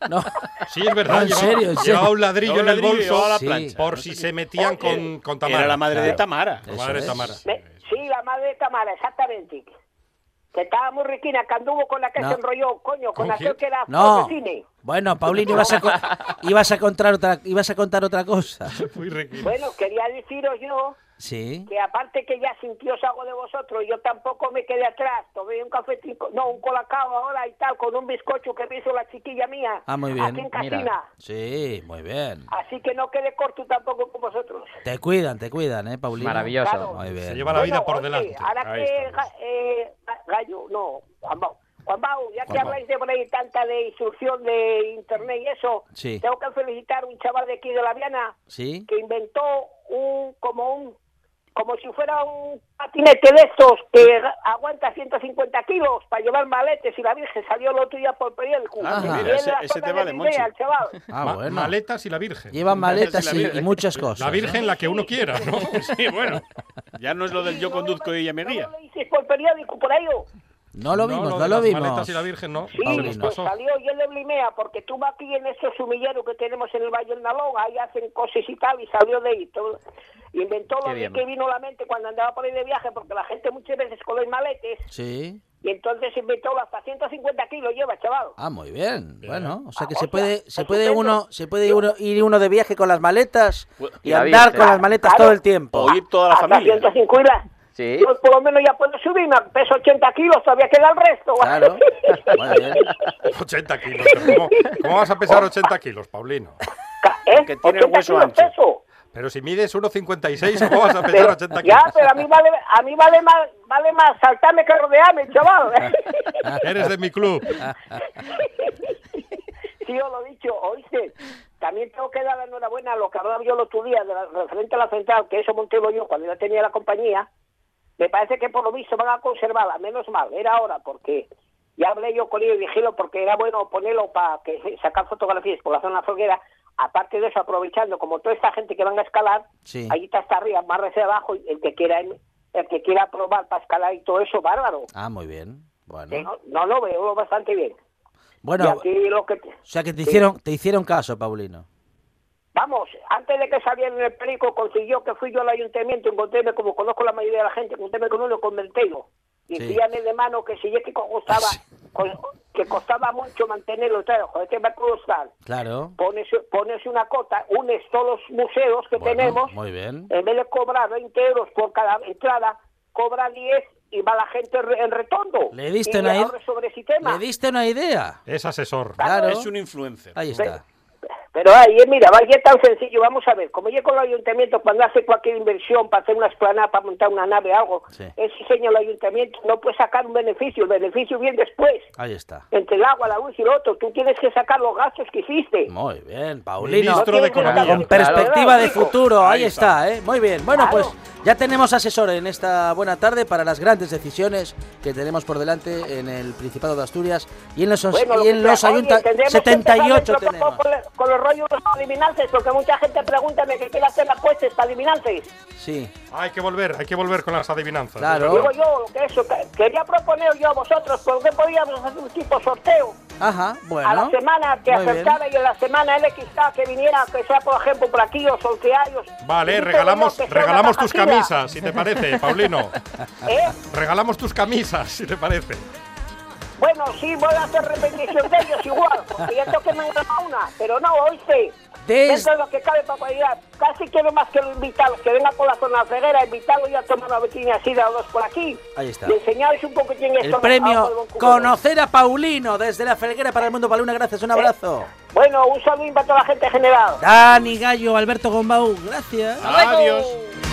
Speaker 2: No,
Speaker 6: es verdad.
Speaker 2: No, en
Speaker 6: llevaba-
Speaker 2: serio, en serio.
Speaker 6: llevaba un ladrillo
Speaker 4: Llevaba
Speaker 6: en el
Speaker 4: ladrillo y
Speaker 6: bolso
Speaker 4: llevaba la
Speaker 2: Sí.
Speaker 4: plancha.
Speaker 6: por
Speaker 4: No sé
Speaker 6: si
Speaker 4: qué.
Speaker 6: se metían con, con Tamara.
Speaker 4: Era la madre de
Speaker 2: claro.
Speaker 4: Tamara.
Speaker 6: La
Speaker 2: Eso
Speaker 6: madre de
Speaker 2: es.
Speaker 6: Tamara.
Speaker 9: Eh, Me- sí, la madre de Tamara, exactamente. Que estaba muy riquina, que anduvo con la que
Speaker 2: No.
Speaker 9: se enrolló, coño, con
Speaker 6: ¿Con
Speaker 9: aquel
Speaker 6: quién?
Speaker 9: que era
Speaker 2: no.
Speaker 9: actor de cine.
Speaker 2: Bueno, Paulino, ibas (laughs) a, co- ibas a contar otra, ibas a contar otra cosa.
Speaker 6: Muy riquísimo.
Speaker 9: Bueno, quería deciros yo
Speaker 2: Sí.
Speaker 9: que aparte que ya sintió algo de vosotros, yo tampoco me quedé atrás, tomé un cafetico, no, un colacao ahora y tal, con un bizcocho que me hizo la chiquilla mía.
Speaker 2: Ah, muy bien.
Speaker 9: Aquí en
Speaker 5: Mira.
Speaker 9: Casina.
Speaker 2: Sí, muy bien.
Speaker 9: Así que no quedé corto tampoco con vosotros.
Speaker 2: Te cuidan, te cuidan, ¿eh, Paulino?
Speaker 5: Maravilloso.
Speaker 9: Claro.
Speaker 2: Muy bien.
Speaker 6: Se lleva la vida
Speaker 9: Bueno,
Speaker 6: por
Speaker 9: oye,
Speaker 6: delante.
Speaker 9: Ahora
Speaker 6: Ahí
Speaker 9: que
Speaker 6: estamos.
Speaker 9: Ga- eh, Ga- Gallo, no, Juan Bau. Juan Bau, ya que
Speaker 2: Juan Bau.
Speaker 9: habláis de por ahí tanta de instrucción de internet y eso,
Speaker 2: Sí.
Speaker 9: tengo que felicitar a un chaval de aquí de La Viana
Speaker 2: Sí.
Speaker 9: que inventó un como un como si fuera un patinete de estos que aguanta 150 kilos para llevar maletes y la Virgen salió el otro día por periódico.
Speaker 4: Ah,
Speaker 2: pues
Speaker 9: Y
Speaker 4: mira,
Speaker 9: es
Speaker 4: ese-
Speaker 9: la
Speaker 4: ese
Speaker 9: zona
Speaker 4: te
Speaker 9: de
Speaker 4: vale,
Speaker 9: Videa,
Speaker 4: Monchi. (laughs)
Speaker 9: el chaval.
Speaker 2: Ah,
Speaker 6: Ma-
Speaker 2: bueno.
Speaker 6: Maletas y la Virgen.
Speaker 2: Llevan maletas
Speaker 4: La
Speaker 2: y,
Speaker 4: Virgen.
Speaker 2: y muchas cosas.
Speaker 6: La Virgen la que uno quiera,
Speaker 9: (laughs)
Speaker 6: ¿no?
Speaker 4: Sí, bueno. Ya no es lo del yo conduzco y ella me guía.
Speaker 9: ¿No lo leísteis por periódico por ello?
Speaker 2: No lo vimos, no,
Speaker 6: de
Speaker 2: lo
Speaker 6: las
Speaker 2: vimos.
Speaker 6: Maletas y la Virgen, no.
Speaker 9: Sí,
Speaker 6: Se nos
Speaker 9: pues
Speaker 6: pasó.
Speaker 9: salió y él le blimea porque tú vas aquí en estos sumilleros que tenemos en el Valle del Nalón, ahí hacen cosas y tal, y salió de ahí. Todo- Inventó
Speaker 5: Qué
Speaker 9: lo
Speaker 5: bien.
Speaker 9: que vino a la mente cuando andaba por ahí de viaje, porque la gente muchas veces con los maletes,
Speaker 2: Sí.
Speaker 9: y entonces inventó hasta 150 kilos lleva, chaval.
Speaker 2: Ah, muy bien. Bueno, o sea que
Speaker 9: Ah,
Speaker 2: se
Speaker 9: o
Speaker 2: puede,
Speaker 9: sea,
Speaker 2: se
Speaker 9: es
Speaker 2: puede
Speaker 9: estupendo.
Speaker 2: uno, se puede uno- ir uno de viaje con las maletas y
Speaker 5: Y la
Speaker 2: andar
Speaker 5: Virgen.
Speaker 2: con las maletas
Speaker 9: Claro.
Speaker 2: todo el tiempo.
Speaker 4: O ir toda la
Speaker 9: Pues, hasta
Speaker 4: familia.
Speaker 9: 150.
Speaker 5: Sí.
Speaker 9: Yo por lo menos ya puedo subirme, peso 80 kilos, todavía queda el resto.
Speaker 2: Claro. Muy bien.
Speaker 6: (laughs) 80 kilos. pero ¿Cómo, cómo vas a
Speaker 9: Oh.
Speaker 6: pesar 80 kilos, Paulino?
Speaker 9: Ca- ¿eh?
Speaker 4: Que tiene el
Speaker 9: 80
Speaker 4: hueso
Speaker 9: kilos
Speaker 4: ancho.
Speaker 9: peso.
Speaker 6: Pero si mides 1,56, ¿cómo vas a pesar
Speaker 9: Pero-
Speaker 6: 80 kilos?
Speaker 9: ya, pero a mí vale, a mí vale más,
Speaker 2: (laughs)
Speaker 4: (laughs)
Speaker 9: vale más saltarme que rodearme, chaval.
Speaker 2: Ah.
Speaker 6: Eres de mi club.
Speaker 9: tío, lo dicho, oíste. También tengo que dar la enhorabuena a lo que hablaba yo el otro día de la- referente a la central, que eso Montelo yo cuando yo tenía la compañía. Me parece que por lo visto van a conservarla, menos mal, era ahora, porque ya hablé yo con ellos y dijeron porque era bueno ponerlo para que sacar fotografías por la zona folguera. Aparte de eso, aprovechando, como toda esta gente que van a escalar,
Speaker 2: Sí.
Speaker 9: allí está hasta arriba, más hacia abajo, y el que quiera el que quiera probar para escalar y todo eso, bárbaro.
Speaker 2: Ah, muy bien. Bueno.
Speaker 9: No, no lo veo bastante bien. y
Speaker 2: Bueno, o
Speaker 9: aquí lo que...
Speaker 2: sea que te
Speaker 9: Sí.
Speaker 2: hicieron, te hicieron caso, Paulino.
Speaker 9: Vamos, antes de que saliera en el perico, consiguió que fui yo al ayuntamiento, encontréme, como conozco la mayoría de la gente, encontréme con uno con Menteiro. Y
Speaker 2: Sí.
Speaker 9: píame de mano que si es que costaba, co- que costaba mucho mantenerlo, claro, joder, que va a costar.
Speaker 2: Claro.
Speaker 9: Pones, pones una cota, unes todos los museos que
Speaker 2: Bueno,
Speaker 9: Pues tenemos,
Speaker 2: Muy bien.
Speaker 9: en vez de cobrar 20 euros por cada entrada, cobra 10 y va la gente re- en retorno.
Speaker 2: Le diste
Speaker 9: y
Speaker 2: una id-
Speaker 9: ahorras sobre ese tema.
Speaker 2: Le diste una idea.
Speaker 6: Es asesor.
Speaker 2: Claro.
Speaker 4: Es un influencer.
Speaker 2: Ahí está.
Speaker 9: Pero ahí, eh, mira, vaya tan sencillo, vamos a ver, como llega el ayuntamiento cuando hace cualquier inversión para hacer una esplanada, para montar una nave, algo,
Speaker 2: Sí.
Speaker 9: ese señor el ayuntamiento no puede sacar un beneficio, el beneficio viene después,
Speaker 2: Ahí está.
Speaker 9: entre el agua, la luz y lo otro, tú tienes que sacar los gastos que hiciste.
Speaker 2: Muy bien, Paulino.
Speaker 6: Ministro de
Speaker 9: No tiene que
Speaker 6: Economía.
Speaker 2: Con perspectiva de
Speaker 9: Claro.
Speaker 2: futuro, ahí
Speaker 4: Ahí
Speaker 2: está, ¿eh? Muy bien. Bueno, pues
Speaker 9: Claro.
Speaker 2: ya tenemos asesor en esta buena tarde para las grandes decisiones que tenemos por delante en el Principado de Asturias y en los,
Speaker 9: Bueno, lo
Speaker 2: y
Speaker 9: que
Speaker 2: en
Speaker 9: sea,
Speaker 2: los
Speaker 9: oye,
Speaker 2: ayuntamientos.
Speaker 9: tendremos que empezar
Speaker 2: 78
Speaker 9: dentro de
Speaker 2: tenemos.
Speaker 9: poco Con, la- con los rollos de adivinanzas, porque mucha gente pregúntame que quiere hacer las apuestas para adivinanzas.
Speaker 2: Sí,
Speaker 6: Hay que volver, hay que volver con las adivinanzas.
Speaker 2: Claro.
Speaker 9: Digo yo, que eso, que- quería proponer yo a vosotros, porque podíamos hacer un tipo sorteo.
Speaker 2: ajá, bueno.
Speaker 9: a la semana que
Speaker 2: Muy bien.
Speaker 9: acertara y en la semana LXK que viniera, que sea por ejemplo por aquí o soltearios.
Speaker 6: Vale,
Speaker 9: Dice
Speaker 6: regalamos,
Speaker 9: que sea una
Speaker 6: regalamos tus
Speaker 9: tapatía.
Speaker 6: camisas, si te parece,
Speaker 9: (laughs)
Speaker 6: Paulino.
Speaker 9: ¿Eh?
Speaker 6: Regalamos tus camisas, si te parece.
Speaker 9: Bueno, sí, voy a hacer repetición de ellos igual, porque ya tengo que me han ganado una, pero no, oíste.
Speaker 2: Des-
Speaker 9: Dentro de lo que cabe para ayudar. Casi quiero más que lo invitarlo, que venga por la zona ceguera, invitarlo y a tomar una vecina así de a dos por aquí.
Speaker 2: Ahí está.
Speaker 9: Le enseñáis un poquitín esto.
Speaker 2: El
Speaker 9: a- a-
Speaker 2: premio
Speaker 9: a-
Speaker 2: Conocer a Paulino desde la Felguera para el Mundo Paluna. Gracias, un abrazo.
Speaker 9: Bueno, un saludo para toda la gente general.
Speaker 2: Dani Gallo, Alberto Gombau, gracias.
Speaker 4: Adiós.
Speaker 5: ¡Luego!